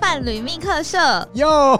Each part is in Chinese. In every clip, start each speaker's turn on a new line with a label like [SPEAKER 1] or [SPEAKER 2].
[SPEAKER 1] 看旅密客社，
[SPEAKER 2] 哟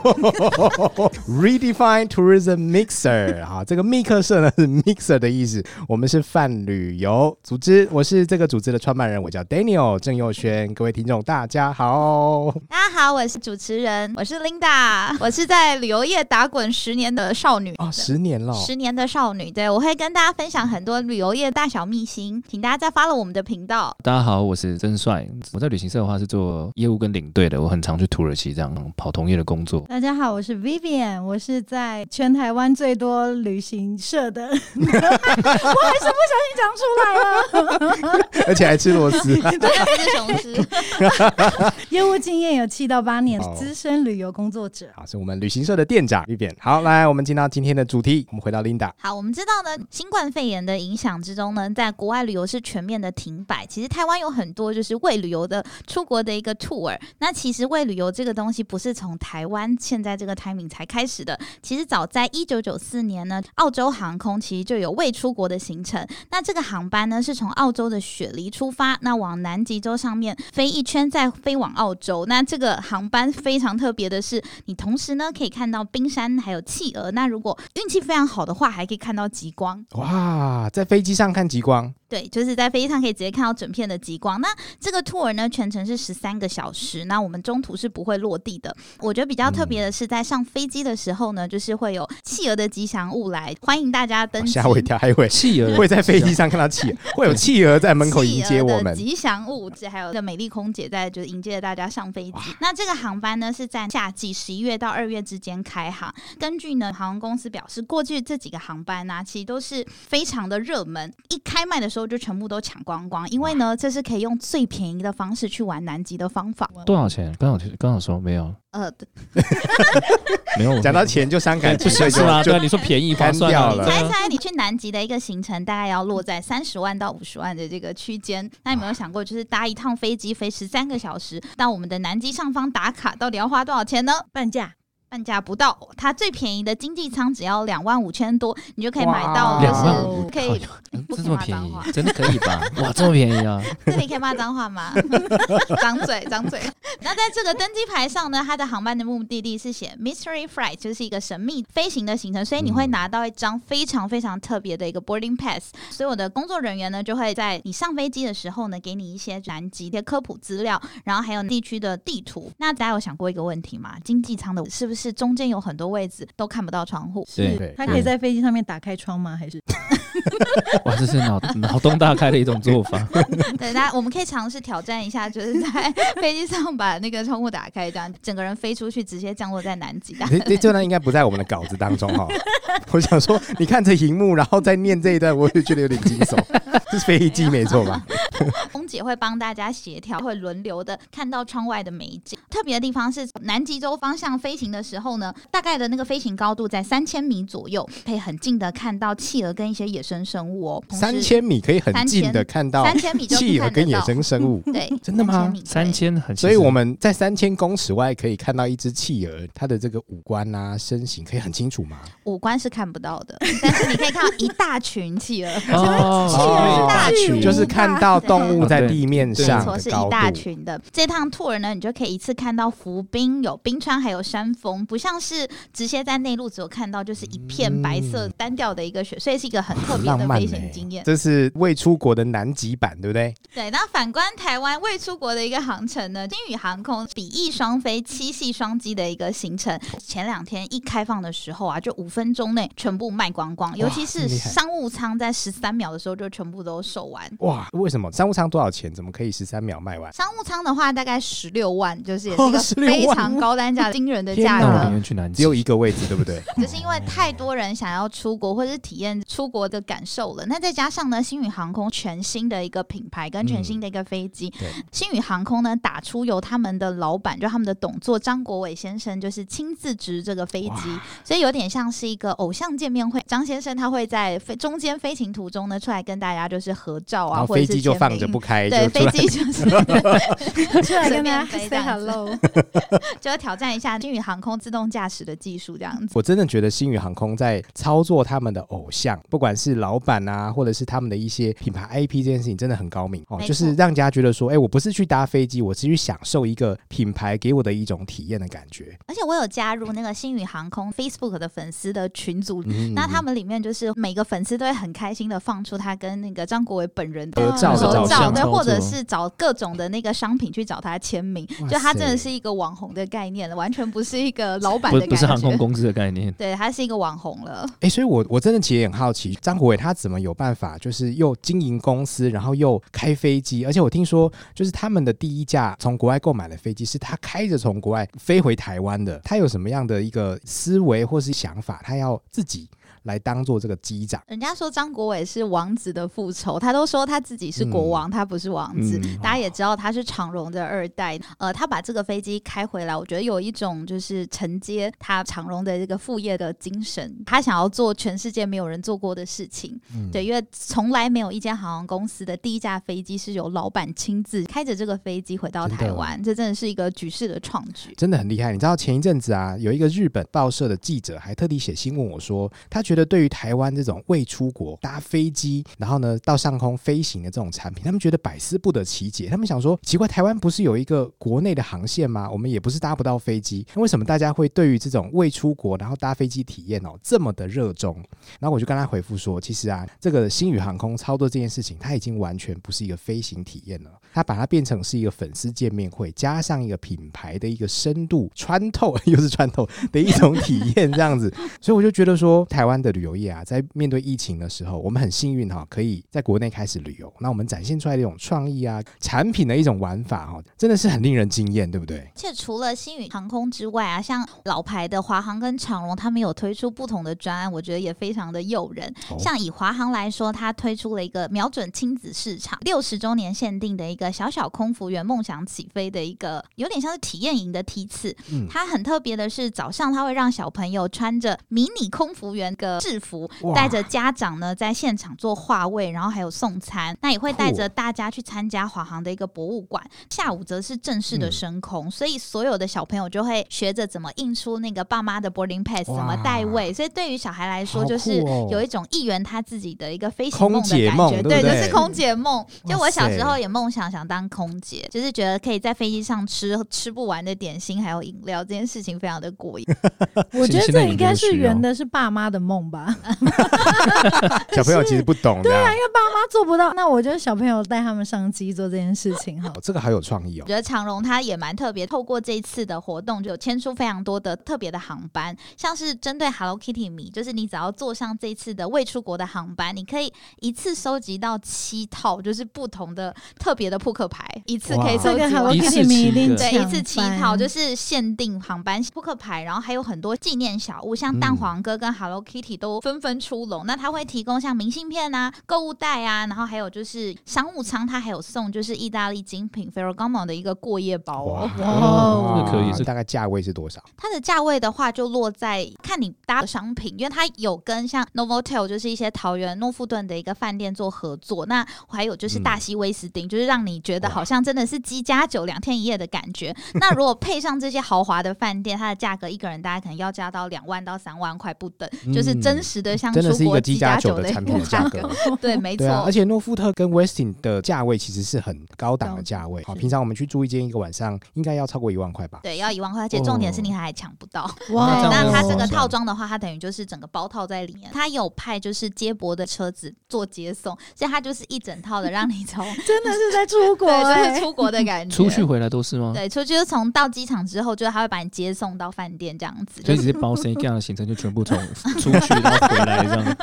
[SPEAKER 2] ，Redefine Tourism Mixer 好，这个密克社呢是 mixer 的意思，我们是泛旅游组织，我是这个组织的创办人，我叫 Daniel 郑佑轩，各位听众大家好。
[SPEAKER 1] 大家好，我是主持人，我是 Linda，我是在旅游业打滚十年的少女。
[SPEAKER 2] 哦，十年了哦，
[SPEAKER 1] 十年的少女，对我会跟大家分享很多旅游业大小秘辛，请大家再发了我们的频道。
[SPEAKER 3] 大家好，我是曾帅。我在旅行社的话是做业务跟领队的，我很常去土耳其这样跑同业的工作。
[SPEAKER 4] 大家好，我是 Vivian，我是在全台湾最多旅行社的，我还 是不小心讲出来了。
[SPEAKER 2] 而且还吃螺 丝。
[SPEAKER 1] 对，我是雄狮，
[SPEAKER 4] 业务经验有七到八年
[SPEAKER 2] 哦，
[SPEAKER 4] 资深旅游工 作者。
[SPEAKER 2] 好，是我们旅行社的店长 v i 好，来，我们进到今天的主题，我们回到 Linda。
[SPEAKER 1] 好，我们知道呢，新冠肺炎的影响之中呢，在国外旅游是全面的停摆。其实台湾有很多就是为旅游的出国的一个 tour。那其实为旅游这个东西不是从台湾现在这个 timing 才开始的，其实早在一九九四年呢，澳洲航空其实就有未出国的行程。那这个航班呢是从澳洲的雪梨出发，那往南极洲上面飞一圈，再飞往澳洲。那这个航班非常特别的是，你同时呢可以看到冰山还有企鹅。那如果运气非常好的话，还可以看到极光。
[SPEAKER 2] 哇，在飞机上看极光，
[SPEAKER 1] 对，就是在飞机上可以直接看到整片的极光。那这个 tour 呢，全程是十三个小时，那我们中途是不会落地的。我觉得比较特别的是，在上飞机的时候呢，就是会有企鹅的吉祥物来欢迎大家登机。
[SPEAKER 2] 哦吓我一跳，还以为
[SPEAKER 3] 企鹅
[SPEAKER 2] 会在飞机上看到企鹅，会有企鹅在门口迎接我
[SPEAKER 1] 企鹅的
[SPEAKER 2] 们。
[SPEAKER 1] 吉祥物，这还有这美丽空姐在就是迎接大家上飞机。那这个航班呢是在夏季十一月到二月之间开航。根据呢航空公司表示，过去这几个航班呢、其实都是非常的热门，一开卖的时候就全部都抢光光，因为呢这是可以用最便宜的方式去玩南极的方法。
[SPEAKER 3] 多少钱？刚好刚好说没有，
[SPEAKER 1] 呃，
[SPEAKER 3] 没有。
[SPEAKER 2] 讲到钱就伤感
[SPEAKER 3] 不
[SPEAKER 2] 情，所以
[SPEAKER 3] 是是
[SPEAKER 2] 就
[SPEAKER 3] 吗？
[SPEAKER 2] 就
[SPEAKER 3] 对啊，你说便宜划算啊
[SPEAKER 2] 砍掉了
[SPEAKER 1] 你猜
[SPEAKER 3] 对啊
[SPEAKER 1] 猜，你去南极的一个行程大概要落在三十万到五十万的这个区间。那有没有想过，就是搭一趟飞机飞十三个小时到我们的南极上方打卡，到底要花多少钱呢？
[SPEAKER 4] 半价，
[SPEAKER 1] 半价不到，它最便宜的经济舱只要两万五千多，你就可以买到，
[SPEAKER 2] 哇
[SPEAKER 1] 就
[SPEAKER 3] 两万
[SPEAKER 4] 五
[SPEAKER 1] 是可以。
[SPEAKER 3] 嗯
[SPEAKER 1] 不
[SPEAKER 3] 这
[SPEAKER 1] 可以
[SPEAKER 3] 这么
[SPEAKER 1] 骂
[SPEAKER 3] 便
[SPEAKER 1] 脏
[SPEAKER 3] 宜
[SPEAKER 1] 话，
[SPEAKER 3] 真的可以 吧？哇，这么便宜啊！
[SPEAKER 1] 这里可以骂脏话吗？ 张嘴，张嘴。那在这个登机牌上呢，它的航班的目的地是写 Mystery Flight，就是一个神秘飞行的行程，所以你会拿到一张非常非常特别的一个 boarding pass。所有的工作人员呢，就会在你上飞机的时候呢，给你一些南极的科普资料，然后还有地区的地图。那大家有想过一个问题吗？经济舱的是不是中间有很多位置都看不到窗户？
[SPEAKER 3] 对
[SPEAKER 2] 对
[SPEAKER 4] 他可以在飞机上面打开窗吗？还是
[SPEAKER 3] 哇，这是脑脑洞大开的一种做法。
[SPEAKER 1] 对，那我们可以尝试挑战一下，就是在 飞机上把那个窗户打开，这样整个人飞出去，直接降落在南极。
[SPEAKER 2] 这这这段应该不在我们的稿子当中哈。 我想说，你看着荧幕，然后再念这一段，我也觉得有点惊 悚。这是飞机没错吧？
[SPEAKER 1] 空姐会帮大家协调，会轮流的看到窗外的美景。特别的地方是，南极洲方向飞行的时候呢，大概的那个飞行高度在三千米左右，可以很近的看到企鹅跟一些野生生物哦。同时
[SPEAKER 2] 三千米可以很近的看到
[SPEAKER 1] 三千米就可以
[SPEAKER 2] 企鹅
[SPEAKER 1] 看得
[SPEAKER 2] 跟野
[SPEAKER 1] 到嗯
[SPEAKER 2] 生生物，
[SPEAKER 1] 对，
[SPEAKER 2] 真的吗
[SPEAKER 1] 3000米
[SPEAKER 3] 三。千很，
[SPEAKER 2] 所以我们在三千公尺外可以看到一只企鹅，它的这个五官啊、身形可以很清楚吗？
[SPEAKER 1] 五官是看不到的，但是你可以看到一大群企 鹅。
[SPEAKER 3] 哦，
[SPEAKER 1] 大群
[SPEAKER 2] 就是看
[SPEAKER 1] 哦
[SPEAKER 2] 到动物在地面
[SPEAKER 1] 没
[SPEAKER 2] 上
[SPEAKER 1] 错，是
[SPEAKER 2] 的
[SPEAKER 1] 一
[SPEAKER 2] 高
[SPEAKER 1] 大
[SPEAKER 2] 度。
[SPEAKER 1] 群的。这趟 tour 呢，你就可以一次看到浮冰，有冰川，还有山峰，不像是直接在内陆只有看到就是一片白色单调的一个雪，所以是一个很特别
[SPEAKER 2] 浪
[SPEAKER 1] 的
[SPEAKER 2] 漫
[SPEAKER 1] 飞
[SPEAKER 2] 呢、
[SPEAKER 1] 行经验。
[SPEAKER 2] 这是未出国的南极版，对不对？
[SPEAKER 1] 对，那反观台湾未出国的一个航程呢，金宇航空比翼双飞七系双机的一个行程，前两天一开放的时候啊，就五分钟内全部卖光光，尤其
[SPEAKER 2] 这
[SPEAKER 1] 是
[SPEAKER 2] 么厉害
[SPEAKER 1] 商务舱在十三秒的时候就全部都售完。
[SPEAKER 2] 哇，为什么商务舱多少钱？怎么可以十三秒卖完？
[SPEAKER 1] 商务舱的话，大概十六万，就是也是一个
[SPEAKER 2] 16万哦
[SPEAKER 1] 非常高单价、惊人的价
[SPEAKER 3] 那我宁
[SPEAKER 1] 格。
[SPEAKER 3] 愿去南
[SPEAKER 2] 只
[SPEAKER 3] 极
[SPEAKER 2] 有。一个位置，对不对？
[SPEAKER 1] 就是因为太多人想要出国或者是体验出国的感受了，那再加上呢，星宇航空全新的一个品牌跟全新的一个飞机，
[SPEAKER 2] 嗯对
[SPEAKER 1] 星宇航空呢打出由他们的老板，就他们的董座张国伟先生，就是亲自执这个飞机，所以有点像是一个偶像见面会。张先生他会在飞中间飞行途中呢出来跟大家就是合照
[SPEAKER 2] 然
[SPEAKER 1] 啊，
[SPEAKER 2] 后
[SPEAKER 1] 或者
[SPEAKER 2] 飞
[SPEAKER 1] 是
[SPEAKER 2] 机就
[SPEAKER 1] 签
[SPEAKER 2] 放着不开，
[SPEAKER 1] 对
[SPEAKER 2] 就出
[SPEAKER 1] 飞
[SPEAKER 2] 来
[SPEAKER 1] 机就是
[SPEAKER 4] 出来啊跟大家
[SPEAKER 1] 随便飞
[SPEAKER 4] say
[SPEAKER 1] 这样子
[SPEAKER 4] hello。
[SPEAKER 1] 就要挑战一下星宇航空自动驾驶的技术这样子。
[SPEAKER 2] 我真的觉得星宇航空在操作他们的偶像，不管是老板啊，或者是他们的一些品牌 IP 这件事情，真的很高明哦
[SPEAKER 1] 没，错
[SPEAKER 2] 就是让大家觉得说，哎、我不是去搭飞机，我是去享受一个品牌给我的一种体验的感觉。
[SPEAKER 1] 而且我有加入那个星宇航空 Facebook 的粉丝的群组。
[SPEAKER 2] 嗯
[SPEAKER 1] 那他们里面就是每个粉丝都会很开心的放出他跟那个张国伟本人的
[SPEAKER 2] 合照
[SPEAKER 4] 合
[SPEAKER 2] 照
[SPEAKER 1] 合
[SPEAKER 3] 相
[SPEAKER 1] 对，
[SPEAKER 3] 操作
[SPEAKER 1] 或者是找各种的那个商品去找他签名
[SPEAKER 2] 哇，
[SPEAKER 1] 就他真的
[SPEAKER 2] 塞
[SPEAKER 1] 是一个网红的概念了，完全不是一个老板
[SPEAKER 3] 不
[SPEAKER 1] 的感觉，
[SPEAKER 3] 是不是航空公司的概念。
[SPEAKER 1] 对，他是一个网红了。
[SPEAKER 2] 哎、所以我我真的其实也很好奇，张国伟他怎么有办法，就是又经营公司，然后又开飞机，而且我听说，就是他们的第一架从国外购买的飞机是他开着从国外飞回台湾的，他有什么样的一个思维或是想法，他要自己来当做这个机长。
[SPEAKER 1] 人家说张国伟是王子的复仇，他都说他自己是
[SPEAKER 2] 嗯
[SPEAKER 1] 国王，他不是王子。
[SPEAKER 3] 嗯
[SPEAKER 1] 大家也知道他是长荣的二代，呃，他把这个飞机开回来，我觉得有一种就是承接他长荣的这个副业的精神，他想要做全世界没有人做过的事情。
[SPEAKER 2] 嗯
[SPEAKER 1] 对，因为从来没有一间航空公司的第一架飞机是由老板亲自开着这个飞机回到
[SPEAKER 2] 真的
[SPEAKER 1] 台湾，这真的是一个举世的创举。
[SPEAKER 2] 真的很厉害。你知道前一阵子啊，有一个日本报社的记者还特地写信问我说，他觉得对于台湾这种未出国搭飞机，然后呢到上空飞行的这种产品，他们觉得百思不得其解。他们想说，奇怪，台湾不是有一个国内的航线吗？我们也不是搭不到飞机，那为什么大家会对于这种未出国然后搭飞机体验哦这么的热衷？然后我就跟他回复说，其实啊，这个星宇航空操作这件事情，它已经完全不是一个飞行体验了，它把它变成是一个粉丝见面会，加上一个品牌的一个深度穿透， 又是穿透的一种体验这样子。 所以我就觉得说，台湾的旅游业啊，在面对疫情的时候，我们很幸运哈、可以在国内开始旅游。那我们展现出来的一种创意啊，产品的一种玩法哈、真的是很令人惊艳，对不对？
[SPEAKER 1] 而且除了星宇航空之外啊，像老牌的华航跟长荣，他们有推出不同的专案，我觉得也非常的诱人。
[SPEAKER 2] 哦
[SPEAKER 1] 像以华航来说，它推出了一个瞄准亲子市场六十周年限定的一个小小空服员梦想起飞的一个，有点像是体验营的梯次。
[SPEAKER 2] 嗯
[SPEAKER 1] 它很特别的是，早上它会让小朋友穿着迷你空服员的制服，
[SPEAKER 2] 嗯哇
[SPEAKER 1] 带着家长呢在现场做话位，然后还有送餐。那也会带
[SPEAKER 2] 酷
[SPEAKER 1] 着大家去参加华航的一个博物馆。下午则是正式
[SPEAKER 2] 嗯
[SPEAKER 1] 的升空，所以所有的小朋友就会学着怎么印出那个爸妈的 boarding pass，怎
[SPEAKER 2] 哇
[SPEAKER 1] 么带位。所以对于小孩来说，
[SPEAKER 2] 好酷
[SPEAKER 1] 就是
[SPEAKER 2] 哦
[SPEAKER 1] 有一种一圆他自己的一个飞行梦
[SPEAKER 2] 空
[SPEAKER 1] 的
[SPEAKER 2] 姐
[SPEAKER 1] 感
[SPEAKER 2] 梦
[SPEAKER 1] 觉，
[SPEAKER 2] 对不对
[SPEAKER 1] 就是空姐梦。
[SPEAKER 2] 哇
[SPEAKER 1] 就我小时候
[SPEAKER 2] 塞
[SPEAKER 1] 也梦想想当空姐，就是觉得可以在飞机上吃吃不完的点心还有饮料，这件事情非常的过瘾。
[SPEAKER 4] 我觉得
[SPEAKER 3] 现在
[SPEAKER 4] 这
[SPEAKER 3] 已
[SPEAKER 4] 应
[SPEAKER 3] 经
[SPEAKER 4] 该
[SPEAKER 3] 有
[SPEAKER 4] 是
[SPEAKER 3] 需
[SPEAKER 4] 圆
[SPEAKER 3] 要
[SPEAKER 4] 的，是爸妈的梦吧？
[SPEAKER 2] 小朋友其实不懂的、啊。
[SPEAKER 4] 因为爸妈做不到，那我就小朋友带他们上机做这件事情哈。
[SPEAKER 2] 哦，这个好有创意哦
[SPEAKER 1] 我！觉得长荣它也蛮特别，透过这一次的活动，就有签出非常多的特别的航班，像是针对 Hello Kitty 迷，就是你只要坐上这次的未出国的航班，你可以一次收集到七套，就是不同的特别的扑克牌，一次可以
[SPEAKER 2] 哇
[SPEAKER 1] 收
[SPEAKER 4] 这
[SPEAKER 1] 集
[SPEAKER 4] 个
[SPEAKER 1] 完
[SPEAKER 4] Hello
[SPEAKER 3] 一次
[SPEAKER 4] Kitty 迷一定
[SPEAKER 3] 七
[SPEAKER 1] 对，一次七
[SPEAKER 4] 抢翻
[SPEAKER 1] 套就是限定航班扑克牌，然后还有很多纪念小物，像蛋黄哥跟 Hello Kitty 都纷纷出笼。那它会提供像明信片啊、购物袋啊，然后还有就是商务舱，它还有送就是意大利精品 Ferragamo 的一个过夜包哦。
[SPEAKER 4] 哇
[SPEAKER 3] 这个可以是
[SPEAKER 2] 大概价位是多少？
[SPEAKER 1] 它的价位的话，就落在看你搭的商品，因为它有跟像 Novotel 就是一些桃园诺富顿的一个饭店做合作。那还有
[SPEAKER 2] 嗯
[SPEAKER 1] 就是大西威斯汀，就是让你觉得好像真的是鸡加酒两天一夜的感 觉。那如果配上这些豪华的饭店，它的价格一个人大概可能要加到两万到三万块不等，就是真实的像
[SPEAKER 2] 嗯真的
[SPEAKER 1] 出
[SPEAKER 2] 是一
[SPEAKER 1] 国
[SPEAKER 2] 个
[SPEAKER 1] 鸡
[SPEAKER 2] 鸡加
[SPEAKER 1] 酒
[SPEAKER 2] 酒的
[SPEAKER 1] 一
[SPEAKER 2] 产
[SPEAKER 1] 个
[SPEAKER 2] 品的价格。
[SPEAKER 1] 对，没错
[SPEAKER 2] 对。啊，而且诺富特跟 Westin 的价位其实是很高档的价位。好，
[SPEAKER 4] 是
[SPEAKER 2] 平常我们去住一间一个晚上，应该要超过一万块吧？
[SPEAKER 1] 对，要一万块，而且重
[SPEAKER 2] 哦
[SPEAKER 1] 点是你还抢不到。
[SPEAKER 3] 那
[SPEAKER 4] 哇，
[SPEAKER 3] 这
[SPEAKER 1] 那
[SPEAKER 3] 样子
[SPEAKER 1] 它
[SPEAKER 3] 哦
[SPEAKER 1] 这个套装的话，它等于就是整个包套在里面。它有派就是接驳的车子做接送，所以它就是一整套的，让你 从
[SPEAKER 4] 真的是在出国、
[SPEAKER 1] 对，就是
[SPEAKER 4] 欸，
[SPEAKER 1] 出国的感觉。
[SPEAKER 3] 出去回来都是吗？
[SPEAKER 1] 对，出去就是从到机场之后，就是它会把你接送到饭店这样子，
[SPEAKER 3] 所
[SPEAKER 1] 就
[SPEAKER 3] 以
[SPEAKER 1] 是
[SPEAKER 3] 只是包身这样的行程就全部从出去然后回来 这样。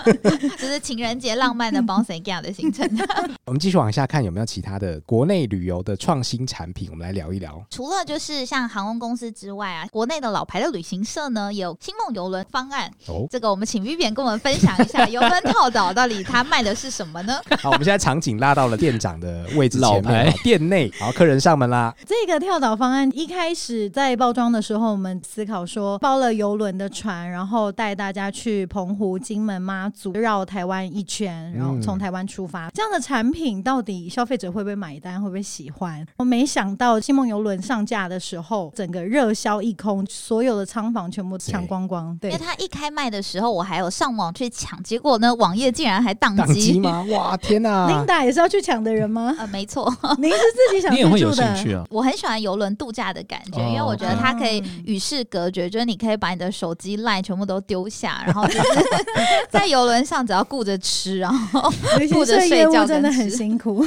[SPEAKER 1] 就是情人节浪漫的 bouncing g a 的行程。
[SPEAKER 2] 我们继续往下看，有没有其他的国内旅游的创新产品？我们来聊一 聊。
[SPEAKER 1] 除了就是像航空公司之外啊，国内的老牌的旅行社呢，也有星梦游轮方案。
[SPEAKER 2] 哦，
[SPEAKER 1] 这个我们请 Vivian 跟我们分享一下，游轮套岛到底它卖的是什么呢？
[SPEAKER 2] 好，我们现在场景拉到了店长的位置前
[SPEAKER 3] 老牌
[SPEAKER 2] 面，好店内，好，客人上门啦。
[SPEAKER 4] 这个跳岛方案一开始在包装的时候，我们思考说包了游轮的船，然后带大家去澎湖、金门、妈祖绕台湾一圈，然后
[SPEAKER 2] 嗯
[SPEAKER 4] 从台湾出发，这样的产品到底消费者会不会买单，会不会喜欢？我没想到星梦游轮上架的时候，整个热销一空，所有的仓房全部抢光光，
[SPEAKER 1] 因
[SPEAKER 4] 对
[SPEAKER 1] 为。它一开卖的时候，我还有上网去抢，结果呢，网页竟然还宕
[SPEAKER 2] 宕机
[SPEAKER 1] 机。
[SPEAKER 2] 吗？哇，天
[SPEAKER 3] 啊
[SPEAKER 2] 哪！
[SPEAKER 4] 琳达也是要去抢的 人吗？
[SPEAKER 1] 呃，没错，
[SPEAKER 4] 您是自己想
[SPEAKER 3] 你
[SPEAKER 4] 去
[SPEAKER 3] 也会有
[SPEAKER 4] 住
[SPEAKER 3] 兴
[SPEAKER 4] 的？
[SPEAKER 3] 趣啊？
[SPEAKER 1] 我很喜欢游轮度假的感觉，
[SPEAKER 3] 哦
[SPEAKER 1] 因为我觉得它可以与世隔绝，就是你可以把你的手机、赖全部都丢下，然后就是 在游轮上只要顾着吃，然后
[SPEAKER 4] 旅
[SPEAKER 1] 或者
[SPEAKER 4] 行社
[SPEAKER 1] 睡
[SPEAKER 4] 业 务
[SPEAKER 1] 觉
[SPEAKER 4] 真的
[SPEAKER 1] 跟
[SPEAKER 4] 很
[SPEAKER 1] 吃
[SPEAKER 4] 辛苦。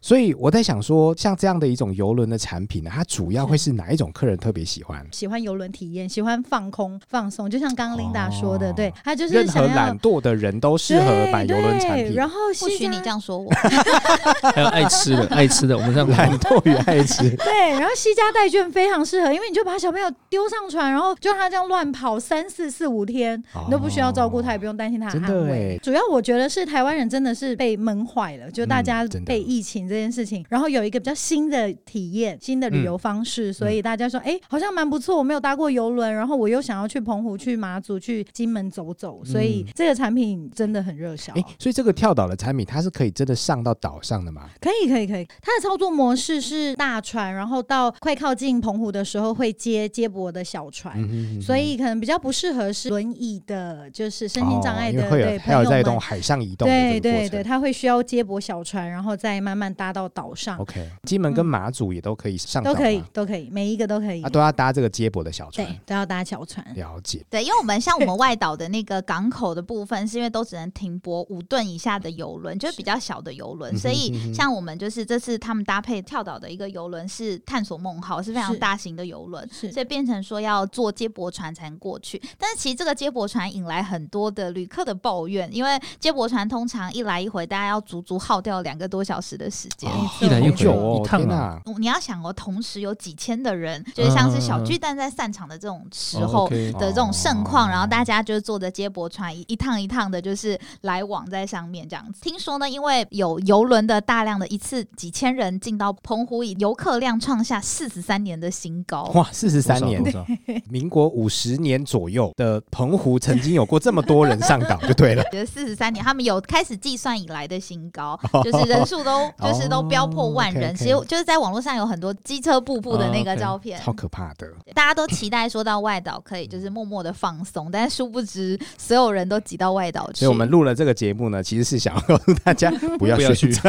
[SPEAKER 2] 所以我在想说，像这样的一种游轮的产品呢，它主要会是哪一种客人特别喜欢？
[SPEAKER 4] 喜欢游轮体验，喜欢放空放松，就像刚刚琳达说的，
[SPEAKER 2] 哦
[SPEAKER 4] 对他就是
[SPEAKER 2] 任何
[SPEAKER 4] 想
[SPEAKER 2] 懒
[SPEAKER 4] 要。
[SPEAKER 2] 惰的人都适合买游轮产
[SPEAKER 4] 对对
[SPEAKER 2] 品。
[SPEAKER 4] 然后
[SPEAKER 1] 不许你这
[SPEAKER 4] 样。，
[SPEAKER 1] 样说我。
[SPEAKER 3] 还有爱吃的，爱吃的，我们这样
[SPEAKER 2] 懒惰与爱吃
[SPEAKER 4] 对，然后西家带券非常适合，因为你就把小朋友丢上船，然后就让他这样乱跑三四四五天，你 都不需要照顾他，也不用担心他的
[SPEAKER 2] 哦真的
[SPEAKER 4] 安
[SPEAKER 2] 欸
[SPEAKER 4] 危。主要我觉得是台湾人真的是被闷坏了，就大家
[SPEAKER 2] 嗯真的
[SPEAKER 4] 被疫情这件事情，然后有一个比较新的体验、新的旅游方
[SPEAKER 2] 嗯
[SPEAKER 4] 式，所以大家说，哎、好像蛮不错，我没有搭过游轮，然后我又想要去澎湖、去马祖、去金门走走，所以
[SPEAKER 2] 嗯
[SPEAKER 4] 这个产品真的很热销。
[SPEAKER 2] 哎、所以这个跳岛的产品，它是可以真的上到岛上的吗？
[SPEAKER 4] 可以，可以，可以。它的操作模式是大船，然后到快靠近澎湖的时候会接接驳的小船。
[SPEAKER 2] 嗯哼
[SPEAKER 4] 哎所以可能比较不适合是轮椅的，就是身心障碍
[SPEAKER 2] 哦
[SPEAKER 4] 的、
[SPEAKER 2] 因为会
[SPEAKER 4] 对
[SPEAKER 2] 有还
[SPEAKER 4] 朋友
[SPEAKER 2] 有在一
[SPEAKER 4] 们，
[SPEAKER 2] 种海上移动的
[SPEAKER 4] 对
[SPEAKER 2] 这个过
[SPEAKER 4] 对
[SPEAKER 2] 程。
[SPEAKER 4] 对，他会需要接驳小船，然后再慢慢搭到岛上，
[SPEAKER 2] OK，金门跟马祖也都可以哦上岛
[SPEAKER 4] 都
[SPEAKER 2] 吗
[SPEAKER 4] 可以，都可以，每一个都可以，
[SPEAKER 2] 啊，都要搭这个接驳的小船
[SPEAKER 4] 对。，都要搭小船。
[SPEAKER 2] 了解，
[SPEAKER 1] 对，因为我们像我们外岛的那个港口的部分，是因为都只能停泊五吨以下的游轮，就是比较小的游轮，所
[SPEAKER 2] 嗯哼嗯
[SPEAKER 1] 以
[SPEAKER 2] 哼
[SPEAKER 1] 像我们就是这次他们搭配跳岛的一个游轮是探索梦号，是非常
[SPEAKER 4] 是
[SPEAKER 1] 大型的游轮，
[SPEAKER 4] 是
[SPEAKER 1] 所以变成说要坐接驳船才能过去。但是其实这个接驳船引来很多的旅客的抱怨，因为接驳船通常一来一回，大家要足足耗掉两个多小时的时间。
[SPEAKER 4] 哦
[SPEAKER 3] 一来一
[SPEAKER 2] 好
[SPEAKER 3] 回
[SPEAKER 2] 久哦，
[SPEAKER 3] 一趟
[SPEAKER 2] 天
[SPEAKER 3] 啊
[SPEAKER 2] 哪！
[SPEAKER 1] 你要想哦，同时有几千的人，就是像是小
[SPEAKER 3] 嗯嗯嗯
[SPEAKER 1] 巨蛋在散场的这种时
[SPEAKER 3] 哦
[SPEAKER 1] 候，
[SPEAKER 3] ，OK
[SPEAKER 1] 的这种盛况，
[SPEAKER 2] 哦
[SPEAKER 1] 然后大家就是坐着接驳船一一趟一趟的，就是来往在上面这样子。听说呢，因为有游轮的大量的一次几千人进到澎湖，游客量创下四十三年的新高。
[SPEAKER 2] 哇，四十三年
[SPEAKER 3] 多，少多少
[SPEAKER 2] 民国五十年左右的澎湖曾经有过这么多人上岛，就对 了。
[SPEAKER 1] 觉得四十三年，他们有开始计算以来的新高，就是人数都 就是都飙破万人。
[SPEAKER 2] 哦，OK，OK 哦
[SPEAKER 1] 其实就是在网络上有很多机车步步的那个照片，
[SPEAKER 2] 超可怕的，
[SPEAKER 1] 对大家都期待说到外岛可以就是默默的放松，但是殊不知所有人都挤到外岛去。
[SPEAKER 2] 所以我们录了这个节目呢，其实是想要告诉大家不要
[SPEAKER 3] 不要
[SPEAKER 2] 睡
[SPEAKER 3] 去
[SPEAKER 2] 觉，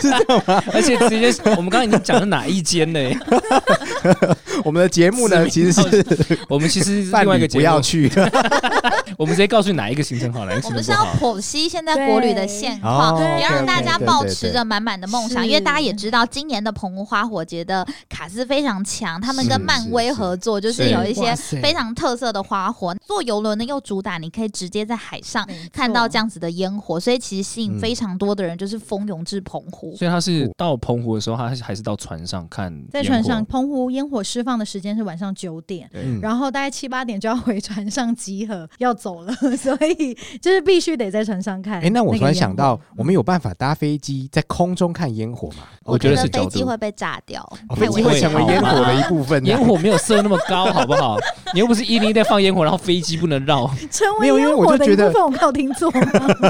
[SPEAKER 2] 是这样吗？
[SPEAKER 3] 而且直接，我们刚刚已经讲了哪一 间呢？
[SPEAKER 2] 我们的节目呢，其实是
[SPEAKER 3] 我们其实是
[SPEAKER 2] 饭
[SPEAKER 3] 另外一
[SPEAKER 2] 旅
[SPEAKER 3] 个
[SPEAKER 2] 不
[SPEAKER 3] 节
[SPEAKER 2] 要
[SPEAKER 3] 目，
[SPEAKER 2] 去，
[SPEAKER 3] 我们直接告诉你哪一个行程好，哪一个
[SPEAKER 1] 我
[SPEAKER 3] 行
[SPEAKER 1] 们是
[SPEAKER 3] 程不
[SPEAKER 1] 要
[SPEAKER 3] 好。
[SPEAKER 1] 剖析现在国旅的现况，
[SPEAKER 2] 对哦
[SPEAKER 1] 也让大
[SPEAKER 2] OK，OK，
[SPEAKER 1] 家
[SPEAKER 2] 对
[SPEAKER 1] 保
[SPEAKER 2] 对
[SPEAKER 1] 持
[SPEAKER 2] 对
[SPEAKER 1] 着满满的梦想，
[SPEAKER 4] 是
[SPEAKER 1] 因为大家也知道，今年的澎湖花火节的卡司非常强，他们跟
[SPEAKER 2] 是
[SPEAKER 1] 漫威
[SPEAKER 2] 是
[SPEAKER 1] 合作，就是
[SPEAKER 3] 是
[SPEAKER 1] 有一些
[SPEAKER 2] 哇塞
[SPEAKER 1] 非常特色的花火。坐游轮呢又主打，你可以直接在海上
[SPEAKER 4] 没错
[SPEAKER 1] 看到这样子的烟火，所以其实吸引
[SPEAKER 2] 嗯
[SPEAKER 1] 非常多的人就是蜂拥至澎湖。
[SPEAKER 3] 所以他是到澎湖的时候，他还是到船上看烟火，
[SPEAKER 4] 在船上，澎湖烟火释放的时间是晚上九点。
[SPEAKER 3] 对，
[SPEAKER 2] 嗯
[SPEAKER 4] 然后大概七八点就要回船上集合，要走了， 所以就是必须得在船上看。
[SPEAKER 2] 哎、那我
[SPEAKER 4] 个
[SPEAKER 2] 突然
[SPEAKER 4] 烟
[SPEAKER 2] 想
[SPEAKER 4] 火嗯
[SPEAKER 2] 到，我们有办法搭飞机在空中看烟火吗？
[SPEAKER 3] 我觉
[SPEAKER 1] 觉
[SPEAKER 3] 得
[SPEAKER 1] 得
[SPEAKER 3] 是
[SPEAKER 1] 飞
[SPEAKER 3] 角
[SPEAKER 1] 机
[SPEAKER 3] 度
[SPEAKER 1] 会被炸掉，
[SPEAKER 2] 哦
[SPEAKER 1] 太
[SPEAKER 2] 飞
[SPEAKER 1] 危
[SPEAKER 2] 机
[SPEAKER 1] 险
[SPEAKER 2] 会
[SPEAKER 1] 了
[SPEAKER 2] 成为烟火的一部分、啊。
[SPEAKER 3] 烟火没有射那么高，好不好？ 你又不是一零一在放烟火，然后飞机不能 绕，
[SPEAKER 4] 成
[SPEAKER 2] 没有
[SPEAKER 4] 为
[SPEAKER 2] 因为
[SPEAKER 4] 烟
[SPEAKER 2] 我
[SPEAKER 4] 火
[SPEAKER 2] 就
[SPEAKER 4] 的
[SPEAKER 2] 觉
[SPEAKER 4] 一
[SPEAKER 2] 得
[SPEAKER 4] 部分，我靠，听 错吗？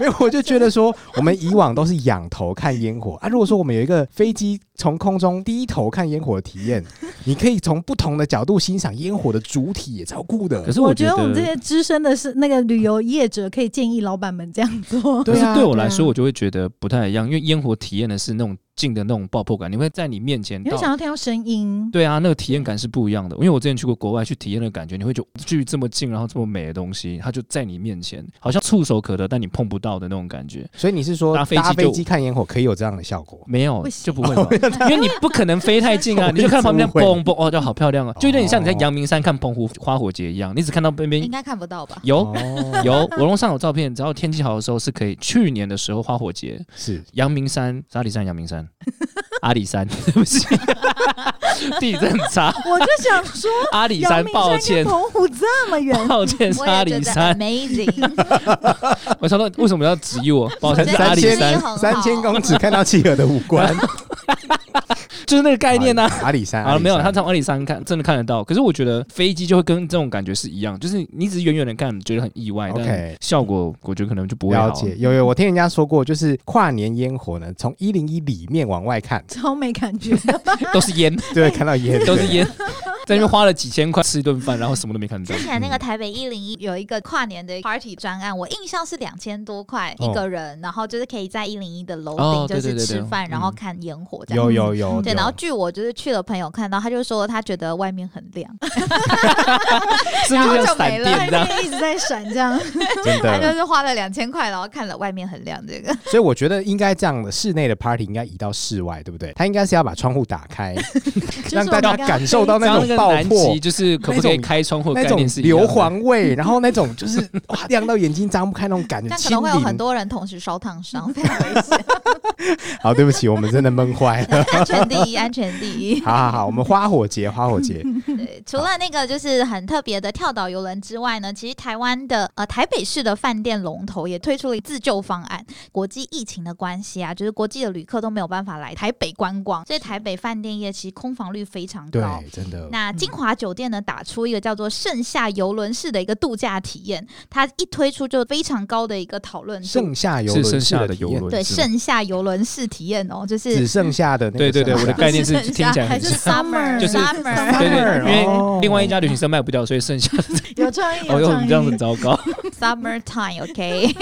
[SPEAKER 2] 没有，我就觉得说，我们以往都是仰头看烟火啊。如果说我们有一个飞机从空中低头看烟火的体验，你可以从不同的角度欣赏烟火的主体也超酷的
[SPEAKER 3] 可。是
[SPEAKER 4] 我
[SPEAKER 3] 觉
[SPEAKER 4] 觉
[SPEAKER 3] 得
[SPEAKER 4] 得我们这些资深的是那个旅游业者，可以建议老板们这样做。
[SPEAKER 3] 可
[SPEAKER 2] 对
[SPEAKER 3] 是
[SPEAKER 2] 啊
[SPEAKER 3] 对我来说，
[SPEAKER 4] 对啊
[SPEAKER 3] 我就会觉得不太一样，因为烟火体验的是那种近的那种爆破感，你会在你面前
[SPEAKER 4] 你会
[SPEAKER 3] 到。
[SPEAKER 4] 想要听到声音，
[SPEAKER 3] 对啊，那个体验感是不一样的。因为我之前去过国外去体验的感觉，你会觉得距离这么近，然后这么美的东西，它就在你面前，好像触手可得，但你碰不到的那种感觉。
[SPEAKER 2] 所以你是说搭
[SPEAKER 3] 搭飞机就
[SPEAKER 2] 飞机看烟火可以有这样的效果？
[SPEAKER 3] 没有
[SPEAKER 4] 不行
[SPEAKER 3] 就不会吧，因为你不可能飞太近啊，
[SPEAKER 2] 我
[SPEAKER 3] 你就看旁边
[SPEAKER 2] 一直误会
[SPEAKER 3] 蹦蹦哦，就好漂亮啊，就有点像你在阳明山看澎湖花火节一样，你只看到边边
[SPEAKER 1] 应该看不 到吧？
[SPEAKER 3] 有
[SPEAKER 2] 哦
[SPEAKER 3] 有网络上有照片，只要天气好的时候是可以。去年的时候花火节，
[SPEAKER 2] 是
[SPEAKER 3] 阳明山、阿里山、阳明 山、阿里山，对不起， 地理真的很差。
[SPEAKER 4] 我就想说，
[SPEAKER 3] 阿里
[SPEAKER 4] 阳
[SPEAKER 3] 山，
[SPEAKER 4] 明
[SPEAKER 3] 抱
[SPEAKER 4] 山跟
[SPEAKER 3] 歉，
[SPEAKER 4] 澎湖这么远，
[SPEAKER 3] 抱歉是
[SPEAKER 1] 我
[SPEAKER 3] 阿
[SPEAKER 1] 也觉
[SPEAKER 3] 里
[SPEAKER 1] 得
[SPEAKER 3] 山。
[SPEAKER 1] amazing，
[SPEAKER 3] 我想到为什 么要质疑我？抱歉是阿
[SPEAKER 2] 三
[SPEAKER 3] 里
[SPEAKER 2] 千
[SPEAKER 1] 我觉得
[SPEAKER 3] 山
[SPEAKER 1] 你。很好
[SPEAKER 2] 三千公尺看到企鹅的五官，
[SPEAKER 3] 就是那个概念呐、啊。
[SPEAKER 2] 哎阿里山
[SPEAKER 3] 啊，没有，他
[SPEAKER 2] 他
[SPEAKER 3] 在阿里山看真的看得到，可是我觉得飞机就会跟这种感觉是一样，就是你只是远远的看，觉得很意外
[SPEAKER 2] OK
[SPEAKER 3] 但效果我觉得可能就不会好
[SPEAKER 2] 了解。有有，我听人家说过，就是跨年烟火呢，从一零一里面往外 看，
[SPEAKER 4] 超没感觉。
[SPEAKER 3] 都是 烟，
[SPEAKER 2] 就会看到烟，
[SPEAKER 3] 都是烟，在那边花了几千块吃一顿饭，然后什么都没看到
[SPEAKER 1] 之。前
[SPEAKER 3] 嗯
[SPEAKER 1] 那个台北一零一有一个跨年的 party 专案，我印象是两千多块一个人，然后就是可以在一零一的楼
[SPEAKER 3] 哦
[SPEAKER 1] 顶就
[SPEAKER 3] 对对
[SPEAKER 1] 是
[SPEAKER 3] 对
[SPEAKER 1] 吃
[SPEAKER 3] 对
[SPEAKER 1] 饭，然后
[SPEAKER 3] 嗯
[SPEAKER 1] 看烟火这样。
[SPEAKER 2] 有有有，
[SPEAKER 1] 嗯对，
[SPEAKER 2] 有
[SPEAKER 1] 然后据我就是去了朋友看到，他就说他觉得外面很亮，
[SPEAKER 3] 是不是
[SPEAKER 1] 然后
[SPEAKER 3] 像
[SPEAKER 1] 就
[SPEAKER 3] 闪
[SPEAKER 1] 没了
[SPEAKER 3] 电这啊样？
[SPEAKER 4] 一直在闪，这样
[SPEAKER 2] 真
[SPEAKER 1] 他就
[SPEAKER 2] 的，
[SPEAKER 1] 是花了两千块，然后看了外面很亮这个。
[SPEAKER 2] 所以我觉得应该这样的，室内的 party 应该移到室外，对不对？他应该是要把窗户打 开，让大家感受到那
[SPEAKER 3] 像那
[SPEAKER 2] 种
[SPEAKER 3] 个
[SPEAKER 2] 爆
[SPEAKER 3] 南
[SPEAKER 2] 破
[SPEAKER 3] 极，就是可不可以开窗户的
[SPEAKER 2] 那
[SPEAKER 3] 概
[SPEAKER 2] 种
[SPEAKER 3] 念是一样
[SPEAKER 2] 硫
[SPEAKER 3] 的，
[SPEAKER 2] 磺味，然后那种就是哇亮到眼睛张不开那种感觉，
[SPEAKER 1] 但可
[SPEAKER 2] 清
[SPEAKER 1] 能会有很
[SPEAKER 2] 灵。
[SPEAKER 1] 多人同时烧烫伤， 非常危险。
[SPEAKER 2] 好，对不起，我们真的闷坏 了。
[SPEAKER 1] 安全第一，安全第一。
[SPEAKER 2] 好好好，我们花火节，花火节，
[SPEAKER 1] 对，除了那个就是很特别的跳岛游轮之外呢，其实台湾的呃台北市的饭店龙头也推出了自救方案。国际疫情的关系啊，就是国际的旅客都没有办法来台北观光，所以台北饭店业其实空房率非常
[SPEAKER 2] 对
[SPEAKER 1] 高。，
[SPEAKER 2] 真的。
[SPEAKER 1] 那金华酒店呢，打出一个叫做“盛夏游轮式”的一个度假体验，它一推出就非常高的一个讨论度。
[SPEAKER 2] 剩下游
[SPEAKER 3] 是
[SPEAKER 2] 轮
[SPEAKER 3] 剩下
[SPEAKER 2] 式
[SPEAKER 3] 的
[SPEAKER 2] 体
[SPEAKER 3] 游
[SPEAKER 2] 验
[SPEAKER 3] 轮，
[SPEAKER 1] 对，
[SPEAKER 3] 是吗
[SPEAKER 1] 盛夏游轮式体验哦，就
[SPEAKER 2] 只
[SPEAKER 1] 是
[SPEAKER 2] 剩下的那个
[SPEAKER 3] 对对对，
[SPEAKER 2] 剩
[SPEAKER 3] 我
[SPEAKER 2] 下
[SPEAKER 3] 的概念是
[SPEAKER 1] 剩下
[SPEAKER 3] 听起来
[SPEAKER 4] 还
[SPEAKER 3] 很
[SPEAKER 4] 是
[SPEAKER 3] 像。
[SPEAKER 4] summer，
[SPEAKER 3] 就是
[SPEAKER 1] summer
[SPEAKER 3] 对对，因
[SPEAKER 2] 哦
[SPEAKER 3] 为另外一家旅行社卖不掉，所以剩下 的
[SPEAKER 4] 有创意，
[SPEAKER 3] 哦
[SPEAKER 4] 有
[SPEAKER 3] 哟，
[SPEAKER 4] 创
[SPEAKER 3] 你
[SPEAKER 4] 意。
[SPEAKER 3] 这样子很糟糕。
[SPEAKER 1] summer time，OK？、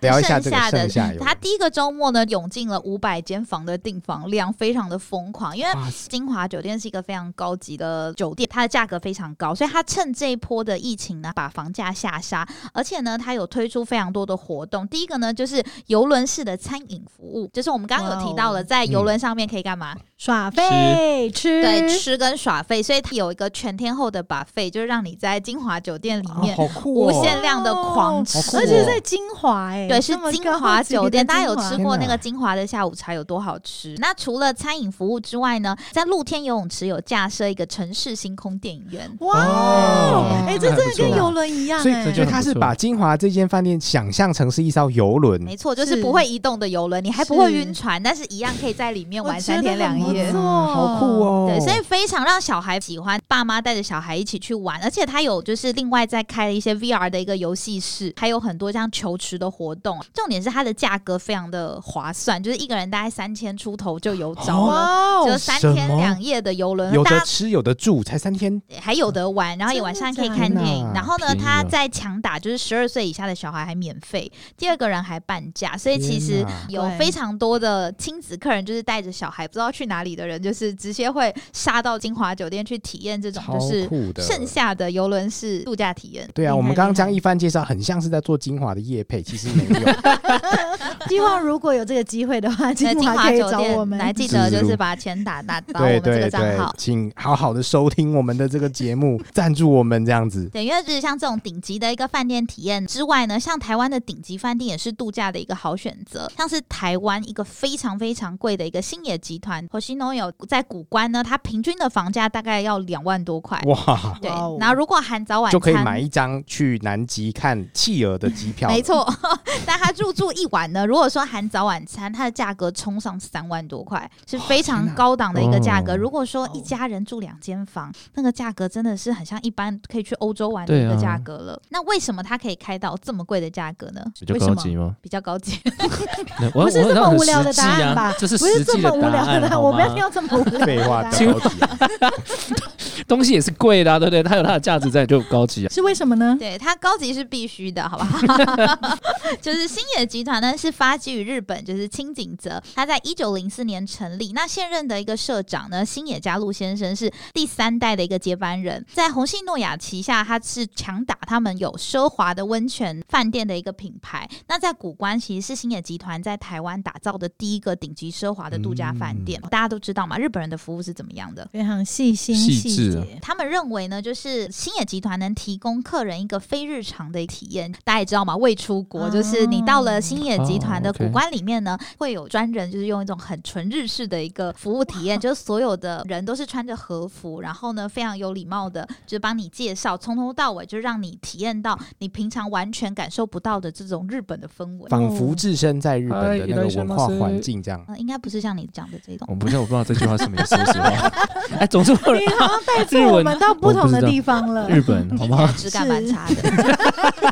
[SPEAKER 2] 聊一下这个
[SPEAKER 1] 剩下的嗯
[SPEAKER 2] 剩下游轮
[SPEAKER 1] 他第一个周末呢，涌进了五百间房的订房量，非常的疯狂。因为
[SPEAKER 2] 哇
[SPEAKER 1] 金华酒店是一个非常高级的酒店，它的价格非常高，所以它趁这一波的疫情呢，把房价下杀。而且呢，它有推出非常多的活动。第一个呢，就是游轮式的餐饮服务，就是我们刚刚有提到了，在
[SPEAKER 2] 嗯
[SPEAKER 1] 游轮上面可以干嘛？
[SPEAKER 4] 耍费吃，
[SPEAKER 1] 对，吃跟耍费，所以它有一个全天候的 buffet，就是让你在金华酒店里面
[SPEAKER 2] 啊好酷
[SPEAKER 1] 无
[SPEAKER 2] 哦！
[SPEAKER 1] 限量的狂
[SPEAKER 2] 好酷
[SPEAKER 1] 吃。
[SPEAKER 2] 哦
[SPEAKER 4] 而且在金华哎，
[SPEAKER 1] 对，是
[SPEAKER 4] 这么
[SPEAKER 1] 金
[SPEAKER 4] 高
[SPEAKER 1] 华
[SPEAKER 4] 级的
[SPEAKER 1] 酒店，
[SPEAKER 4] 金
[SPEAKER 1] 大家有
[SPEAKER 4] 华
[SPEAKER 1] 吃
[SPEAKER 2] 天
[SPEAKER 1] 过
[SPEAKER 2] 哪
[SPEAKER 1] 那个金华的下午茶有多好吃？那除了餐饮服务之外呢，在露天游泳池有架设一个城市星空电影院。
[SPEAKER 4] 哇
[SPEAKER 2] 哦
[SPEAKER 4] 哦，哎，这真的
[SPEAKER 3] 那还不错
[SPEAKER 4] 跟
[SPEAKER 3] 啦
[SPEAKER 4] 游轮一样
[SPEAKER 2] 所以
[SPEAKER 3] 这
[SPEAKER 4] 哎，
[SPEAKER 2] 所
[SPEAKER 3] 就
[SPEAKER 2] 以他是把金华这间饭店想象成是一艘游轮，
[SPEAKER 1] 没错，就是
[SPEAKER 4] 是
[SPEAKER 1] 不会移动的游轮，你还不会
[SPEAKER 4] 是
[SPEAKER 1] 晕船，但是一样可以在里面
[SPEAKER 4] 我
[SPEAKER 1] 玩
[SPEAKER 4] 觉
[SPEAKER 1] 三
[SPEAKER 4] 得
[SPEAKER 1] 天两
[SPEAKER 4] 很不
[SPEAKER 1] 夜。
[SPEAKER 4] 错
[SPEAKER 2] 哇好酷哦！
[SPEAKER 1] 对，所以非常让小孩喜欢，爸妈带着小孩一起去玩，而且他有就是另外再开了一些 VR 的一个游戏室，还有很多像球池的活动。重点是它的价格非常的划算，就是一个人大概三千出头就有找了，
[SPEAKER 4] 哇
[SPEAKER 1] 就
[SPEAKER 4] 哦，
[SPEAKER 1] 三
[SPEAKER 2] 什
[SPEAKER 1] 天
[SPEAKER 2] 么
[SPEAKER 1] 两夜的游轮，
[SPEAKER 2] 有
[SPEAKER 1] 大
[SPEAKER 2] 的
[SPEAKER 1] 家
[SPEAKER 2] 吃，有的住，才三天，
[SPEAKER 1] 还有得玩，然后也晚上可以看
[SPEAKER 2] 真的
[SPEAKER 1] 电
[SPEAKER 2] 假
[SPEAKER 1] 影。
[SPEAKER 2] 的
[SPEAKER 1] 然后呢，
[SPEAKER 3] 便宜啊
[SPEAKER 1] 他在强打就是十二岁以下的小孩还免费，第二个人还半价，所以其
[SPEAKER 2] 天
[SPEAKER 1] 实
[SPEAKER 2] 哪
[SPEAKER 1] 有
[SPEAKER 4] 对
[SPEAKER 1] 非常多的亲子客人就是带着小孩不知道去哪里的人，就是直接会杀到金华酒店去体验这种
[SPEAKER 2] 超
[SPEAKER 1] 就是
[SPEAKER 2] 酷的。
[SPEAKER 1] 剩下的游轮式度假体验。
[SPEAKER 2] 对啊，
[SPEAKER 4] 厉害
[SPEAKER 2] 我们刚刚
[SPEAKER 4] 厉害
[SPEAKER 2] 江一帆介绍，很像是在做精华的业配，其实没有。
[SPEAKER 4] 希望如果有这个机会的话，金
[SPEAKER 1] 那金
[SPEAKER 4] 华
[SPEAKER 1] 华
[SPEAKER 4] 可以
[SPEAKER 1] 酒
[SPEAKER 4] 找我
[SPEAKER 1] 店
[SPEAKER 4] 们。
[SPEAKER 1] 来，记得
[SPEAKER 2] 植入
[SPEAKER 1] 就是 把钱打打到我
[SPEAKER 2] 对
[SPEAKER 1] 们这个
[SPEAKER 2] 对
[SPEAKER 1] 账
[SPEAKER 2] 对
[SPEAKER 1] 号，。
[SPEAKER 2] 请好好的收听我们的这个节目，赞助我们这样子。
[SPEAKER 1] 对，因为就是像这种顶级的一个饭店体验之外呢，像台湾的顶级饭店也是度假的一个好选择。像是台湾一个非常非常贵的一个星野集团 h o s h i n o y o 在古关呢，它平均的房价大概要两万多块。
[SPEAKER 2] 哇，
[SPEAKER 1] 对
[SPEAKER 4] 哇哦，
[SPEAKER 1] 然后如果含早晚餐
[SPEAKER 2] 就可以买一张去南极看企鹅的机票了。
[SPEAKER 1] 没错， 但它入住一晚呢，如果说含早晚餐，它的价格冲上三万多块，
[SPEAKER 3] 哦
[SPEAKER 1] 是非常高档的一个价格。
[SPEAKER 2] 哦
[SPEAKER 1] 如果说一家人住两间房，那个价格真的是很像一般可以去欧洲玩的
[SPEAKER 3] 对
[SPEAKER 1] 一
[SPEAKER 3] 啊
[SPEAKER 1] 个价格了。那为什么它可以开到这么贵的价格呢？
[SPEAKER 3] 比较
[SPEAKER 4] 为什么
[SPEAKER 3] 高级吗？
[SPEAKER 1] 比较高级，
[SPEAKER 3] 那我
[SPEAKER 4] 不是
[SPEAKER 3] 我
[SPEAKER 4] 这
[SPEAKER 3] 那
[SPEAKER 4] 么
[SPEAKER 3] 很
[SPEAKER 4] 无聊的
[SPEAKER 3] 实
[SPEAKER 4] 答
[SPEAKER 3] 际啊
[SPEAKER 4] 案吧
[SPEAKER 3] 这是
[SPEAKER 4] 不是
[SPEAKER 3] 实
[SPEAKER 4] 这
[SPEAKER 3] 际
[SPEAKER 4] 么无
[SPEAKER 3] 答
[SPEAKER 4] 聊的
[SPEAKER 3] 案，
[SPEAKER 4] 答案，
[SPEAKER 3] 好
[SPEAKER 4] 我不要
[SPEAKER 3] 吗
[SPEAKER 4] 听到这么无聊
[SPEAKER 2] 废
[SPEAKER 4] 的
[SPEAKER 2] 话
[SPEAKER 4] 答
[SPEAKER 2] 的
[SPEAKER 4] 案，
[SPEAKER 2] 高级啊，
[SPEAKER 3] 东西也是贵的、啊，对不对？它有它的价值在，就高级啊。
[SPEAKER 4] 是为什么呢？
[SPEAKER 1] 对它高级是必须的，好不好？ 就是星野集团呢是发基于日本，就是清井泽，他在一九零四年成立。那现任的一个社长呢，星野嘉路先生是第三代的一个接班人，在红信诺亚旗下，他是强打他们有奢华的温泉饭店的一个品牌。那在古关其实是星野集团在台湾打造的第一个顶级奢华的度假饭店。大家都知道嘛，日本人的服务是怎么样的？
[SPEAKER 4] 非常细心
[SPEAKER 3] 细致是
[SPEAKER 1] 解。他们认为呢，就是星野集团能提供客人一个非日常的体验。大家也知道嘛，未出国，
[SPEAKER 4] 哦
[SPEAKER 1] 就是你到了星野集团的
[SPEAKER 3] 哦，OK
[SPEAKER 1] 古关里面呢，会有专人就是用一种很纯日式的一个服务体验，就是所有的人都是穿着和服，然后呢非常有礼貌的，就是帮你介绍，从头到尾就让你体验到你平常完全感受不到的这种日本的氛围。
[SPEAKER 2] 仿佛置身在日本的那个文化环境这样。
[SPEAKER 1] 呃，应该不是像你讲的这种
[SPEAKER 3] 我不像我不知道这句话是什么意思，说实话。 哎，总之我
[SPEAKER 4] 你好像带着
[SPEAKER 3] 日文
[SPEAKER 4] 我们到不同
[SPEAKER 3] 我不知
[SPEAKER 4] 的
[SPEAKER 3] 道
[SPEAKER 4] 地方了。
[SPEAKER 3] 日本好
[SPEAKER 1] 听起
[SPEAKER 3] 吗
[SPEAKER 1] 来？质感蛮差的。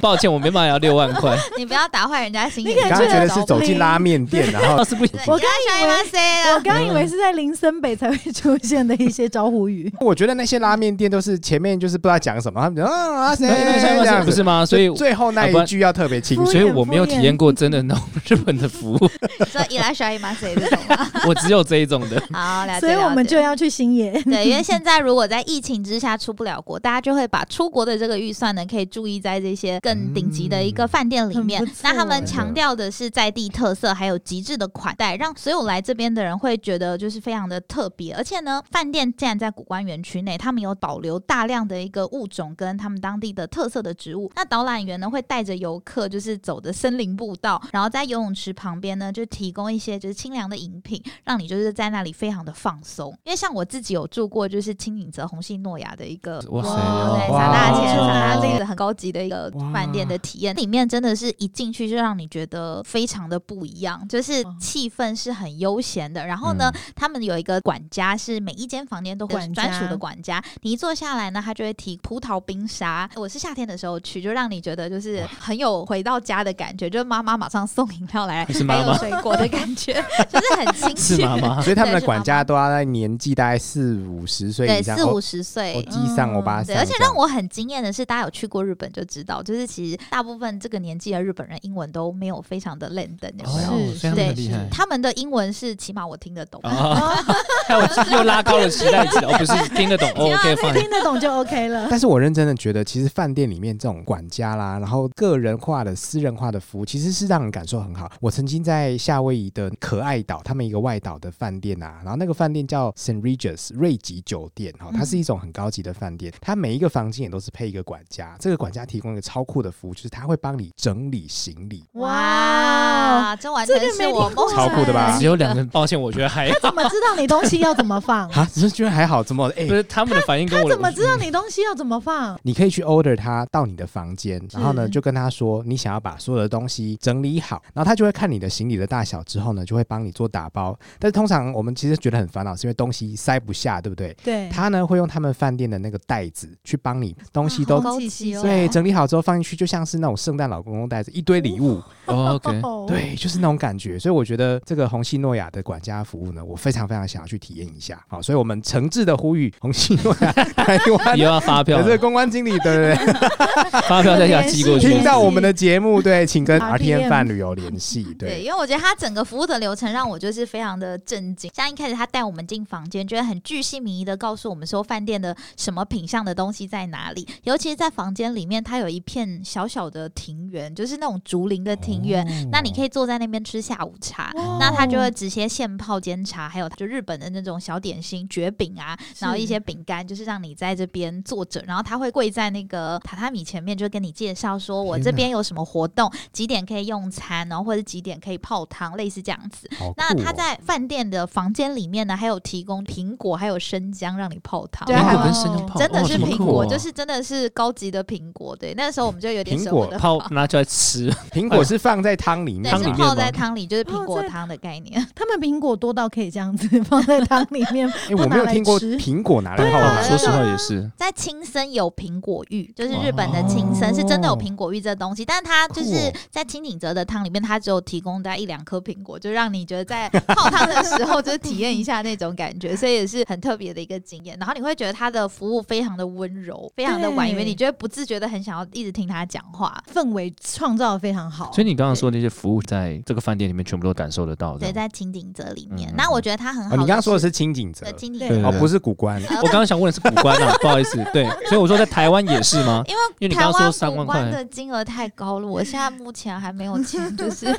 [SPEAKER 3] 抱歉，我没办法要六万 块，
[SPEAKER 1] 你不要打坏人家心情。
[SPEAKER 4] 你可
[SPEAKER 2] 你
[SPEAKER 4] 能
[SPEAKER 2] 刚
[SPEAKER 4] 觉
[SPEAKER 2] 刚
[SPEAKER 4] 得
[SPEAKER 2] 觉得是走进拉面店，然后，
[SPEAKER 3] 要哦是不行，
[SPEAKER 1] 刚
[SPEAKER 4] 我
[SPEAKER 1] 以为谁
[SPEAKER 4] 我刚以为是在林森北才会出现的一些招呼语
[SPEAKER 2] 我觉得那些拉面店都是前面就是不知道讲什么，他们就啊啊谁这样
[SPEAKER 3] 不
[SPEAKER 2] 子，
[SPEAKER 3] 是吗？所以啊
[SPEAKER 2] 就。最后那一句要特别清
[SPEAKER 4] 不
[SPEAKER 2] 楚。
[SPEAKER 3] 所以我没有体验过真的那种日本的服务，
[SPEAKER 1] 说伊拉莎伊马谁这种吗？
[SPEAKER 3] 我只有这一种 的。
[SPEAKER 1] 好，了解。
[SPEAKER 4] 所以我们就
[SPEAKER 1] 了解
[SPEAKER 4] 要去新野。
[SPEAKER 1] 对， 因为现在如果在疫情之下出不了国，大家就会把出国的这个预算呢，可以注意在这些更顶级的一个饭店里面。
[SPEAKER 4] 嗯很不错
[SPEAKER 1] 那他们强调的是在地特色，还有极致的款待，让所有来这边的人会觉得就是非常的特别。而且呢，饭店既然在古关园区内，他们有保留大量的一个物种跟他们当地的特色的植物。那导览员呢会带着游客就是走的森林步道，然后在游泳池旁边呢就提供一些就是清凉的饮品，让你就是在那里非常的放松。因为像我自己有住过就是青井泽红系诺亚的一个
[SPEAKER 3] 哇塞
[SPEAKER 1] 对，
[SPEAKER 2] 哇
[SPEAKER 1] 撒大钱
[SPEAKER 2] 哇
[SPEAKER 1] 撒大力的很高级的一个
[SPEAKER 2] 哇
[SPEAKER 1] 饭店的体验，里面真的是一进去就让你觉得非常的不一样，就是气氛是很悠闲的。然后呢，他们有一个管家是每一间房间都会有
[SPEAKER 4] 管家
[SPEAKER 1] 专属的管家，你一坐下来呢，他就会提葡萄冰沙。我是夏天的时候去，就让你觉得就是很有回到家的感觉，就是妈妈马上送饮料来，
[SPEAKER 3] 你是妈妈
[SPEAKER 1] 还有水果的感觉， 就是很亲切。
[SPEAKER 3] 是妈妈，
[SPEAKER 2] 所以他们的管家都要在年纪大概四五十岁
[SPEAKER 1] 对，
[SPEAKER 2] 以上，
[SPEAKER 1] 四五十岁，
[SPEAKER 2] 我记上我八
[SPEAKER 1] 对，
[SPEAKER 2] 上，
[SPEAKER 1] 而且让我很惊艳的是，大家有去过日本就知道，就是其实大部分这个年纪的日本人英文都没有非常的烂的，有没有？
[SPEAKER 3] 哦，所以
[SPEAKER 4] 是
[SPEAKER 3] 他们很厉害
[SPEAKER 1] 对，。他们的英文是起码我听得懂。
[SPEAKER 3] 啊，还有又拉高了期待值，哦，不是听得懂哦，OK，放
[SPEAKER 4] 听得懂就 OK 了。
[SPEAKER 2] 但是我认真的觉得，其实饭店里面这种管家啦，然后个人化的、私人化的服务，其实是让人感受很好。我曾经在夏威夷的可爱岛，他们一个外岛的饭店啊，然后那个饭店叫 Saint Regis 瑞吉酒店，哈、它是一种很高级的饭店，它每一个房间也都是配一个管家，这个管家提供一个超酷的服务，就是他会帮你整理行李。
[SPEAKER 4] 哇，
[SPEAKER 1] 哇，这完全是我梦
[SPEAKER 2] 这个没听过超酷的吧
[SPEAKER 3] 只有两个人，抱歉，我觉得还好
[SPEAKER 4] 怎么知道你东西要怎
[SPEAKER 2] ？
[SPEAKER 4] 么放
[SPEAKER 2] 啊，只是居然还好，怎么哎？
[SPEAKER 3] 不是他们的反应跟
[SPEAKER 4] 他
[SPEAKER 3] 我的
[SPEAKER 4] 怎么知道你东西要怎么放？
[SPEAKER 2] 你可以去 order 他到你的房间，然后呢
[SPEAKER 4] 是
[SPEAKER 2] 就跟他说你想要把所有的东西整理好，然后他就会看你的行李的大小之后呢，就会帮你做打包。但是通常我们其实觉得很烦恼，是因为东西塞不下，对不对？
[SPEAKER 4] 对，
[SPEAKER 2] 他呢会用他们饭店的那个袋子去帮你东西都
[SPEAKER 1] 好。高级哦
[SPEAKER 2] 对，整理好之后放进去，就像是那种圣诞老公公袋子，一堆礼物，
[SPEAKER 3] 哦？OK，
[SPEAKER 4] 哦，
[SPEAKER 2] 对，就是那种感觉。所以我觉得这个红系诺亚的管家服务呢，我非常非常想要去体验一下。好，所以我们诚挚的呼吁红系诺亚 台湾
[SPEAKER 3] 也要发票
[SPEAKER 2] 的这，个公关经理，对不对？
[SPEAKER 3] 发票再给他寄过去。
[SPEAKER 2] 听到我们的节目，对，请跟
[SPEAKER 4] RTM
[SPEAKER 2] RTN 饭旅游联系。
[SPEAKER 1] 对，
[SPEAKER 2] 对，
[SPEAKER 1] 因为我觉得他整个服务的流程让我就是非常的震惊。像一开始他带我们进房间，就会很巨细靡遗的告诉我们说饭店的什么品相的东西在哪里，尤其是在房间里面，它有一片小小的庭园，就是那种竹林的庭
[SPEAKER 2] 哦
[SPEAKER 1] 园，
[SPEAKER 2] 嗯
[SPEAKER 1] 那你可以坐在那边吃下午茶，
[SPEAKER 4] 哦哇
[SPEAKER 1] 那他就会直接现泡煎茶，还有就日本的那种小点心、卷饼啊，然后一些饼干，就是让你在这边坐着，然后他会跪在那个榻榻米前面，就跟你介绍说我
[SPEAKER 2] 天
[SPEAKER 1] 这
[SPEAKER 2] 哪
[SPEAKER 1] 边有什么活动，几点可以用餐，然后或者几点可以泡汤，类似这样子。
[SPEAKER 2] 好酷哦
[SPEAKER 1] 那他在饭店的房间里面呢，还有提供苹果还有生姜让你泡汤。
[SPEAKER 4] 对
[SPEAKER 3] 苹
[SPEAKER 4] 还
[SPEAKER 3] 果
[SPEAKER 4] 蛮
[SPEAKER 3] 跟生姜泡，
[SPEAKER 1] 真的
[SPEAKER 3] 哦
[SPEAKER 1] 是
[SPEAKER 3] 这么
[SPEAKER 1] 苹
[SPEAKER 3] 酷
[SPEAKER 1] 果，
[SPEAKER 3] 哦
[SPEAKER 1] 就是真的是高级的苹果。对，那时候我们就有点
[SPEAKER 2] 苹
[SPEAKER 1] 舍
[SPEAKER 2] 果
[SPEAKER 1] 不得
[SPEAKER 3] 泡拿出来 吃，
[SPEAKER 2] 苹果是放在汤里
[SPEAKER 1] 对，
[SPEAKER 2] 面
[SPEAKER 3] 汤
[SPEAKER 1] 是
[SPEAKER 3] 里
[SPEAKER 2] 嘛，
[SPEAKER 3] 面
[SPEAKER 1] 泡在
[SPEAKER 3] 吗
[SPEAKER 1] 汤里，就是苹
[SPEAKER 4] 泡
[SPEAKER 1] 果
[SPEAKER 4] 在
[SPEAKER 1] 汤的概念。
[SPEAKER 4] 他们苹果多到可以这样子放在汤里面，
[SPEAKER 2] 哎，我没有听过苹果拿来泡
[SPEAKER 1] 对啊
[SPEAKER 2] 汤。
[SPEAKER 3] 说实话也是，
[SPEAKER 1] 在青森有苹果浴，就是日本的青森、
[SPEAKER 2] 哦
[SPEAKER 1] 是真的有苹果浴这东西，但它就
[SPEAKER 2] 酷
[SPEAKER 1] 是
[SPEAKER 2] 哦
[SPEAKER 1] 在清井泽的汤里面，它只有提供大概一两颗苹果，就让你觉得在泡汤的时候就是体验一下那种感觉，所以也是很特别的一个经验。然后你会觉得它的服务非常的温柔，非常的晚，
[SPEAKER 4] 对
[SPEAKER 1] 因为你就会不自觉得很想要一直听他讲话。
[SPEAKER 4] 氛围创造的非常好。
[SPEAKER 3] 所以你刚刚说的那些服务，在这个饭店里面全部都感受得到。
[SPEAKER 1] 对，
[SPEAKER 3] 这样
[SPEAKER 1] 在青井泽里面
[SPEAKER 3] 嗯，
[SPEAKER 1] 那我觉得他很好的。
[SPEAKER 2] 哦，你刚刚说的是清景泽
[SPEAKER 1] 对，青井
[SPEAKER 4] 对
[SPEAKER 1] 泽，呃
[SPEAKER 3] 对
[SPEAKER 2] 哦，不是古关，
[SPEAKER 3] 我刚刚想问的是古关啊，不好意思，对，所以我说在台湾也是吗？
[SPEAKER 1] 因
[SPEAKER 3] 因为你
[SPEAKER 1] 台
[SPEAKER 3] 刚刚说
[SPEAKER 1] 湾
[SPEAKER 3] 三
[SPEAKER 1] 古
[SPEAKER 3] 万
[SPEAKER 1] 关
[SPEAKER 3] 块，
[SPEAKER 1] 的金额太高了，我现在目前还没有钱，就是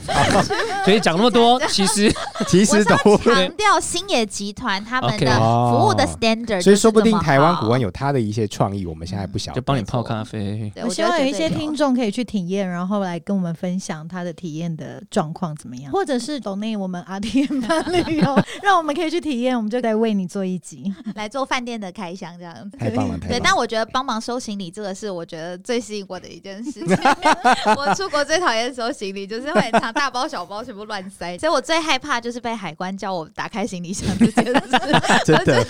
[SPEAKER 3] 所以讲那么多，其实
[SPEAKER 2] 其
[SPEAKER 1] 我
[SPEAKER 2] 实
[SPEAKER 1] 是
[SPEAKER 2] 都。
[SPEAKER 1] 要强调星野集团他们
[SPEAKER 3] OK
[SPEAKER 1] 的服务的 standard，
[SPEAKER 2] 哦所
[SPEAKER 1] 就
[SPEAKER 2] 以
[SPEAKER 1] 是
[SPEAKER 2] 说不
[SPEAKER 1] 这
[SPEAKER 2] 定
[SPEAKER 1] 么
[SPEAKER 2] 台湾古
[SPEAKER 1] 好
[SPEAKER 2] 玩有它的一些创意，我们现在还不晓
[SPEAKER 3] 就
[SPEAKER 2] 得。
[SPEAKER 3] 帮你泡咖啡。
[SPEAKER 1] 对
[SPEAKER 4] 我希
[SPEAKER 1] 就
[SPEAKER 4] 望
[SPEAKER 1] 觉
[SPEAKER 4] 有一
[SPEAKER 1] 得
[SPEAKER 4] 些听众可以去体验，然后来跟我们分享他的体验的状况怎么样，或者是懂内我们 R T M 伴旅 游，让我们可以去体验，我们就再为你做一集。
[SPEAKER 1] 来做饭店的开箱这样子。
[SPEAKER 2] 太棒了，太
[SPEAKER 1] 对，
[SPEAKER 2] 棒
[SPEAKER 1] 但
[SPEAKER 2] 了！
[SPEAKER 1] 我觉得帮忙收行李这个是我觉得最吸引我的一件事 情。我出国最讨厌收行李，就是会很常大包小包全部乱塞，所以我最害怕就是被海关叫我打开行李箱这件事。
[SPEAKER 2] 真的，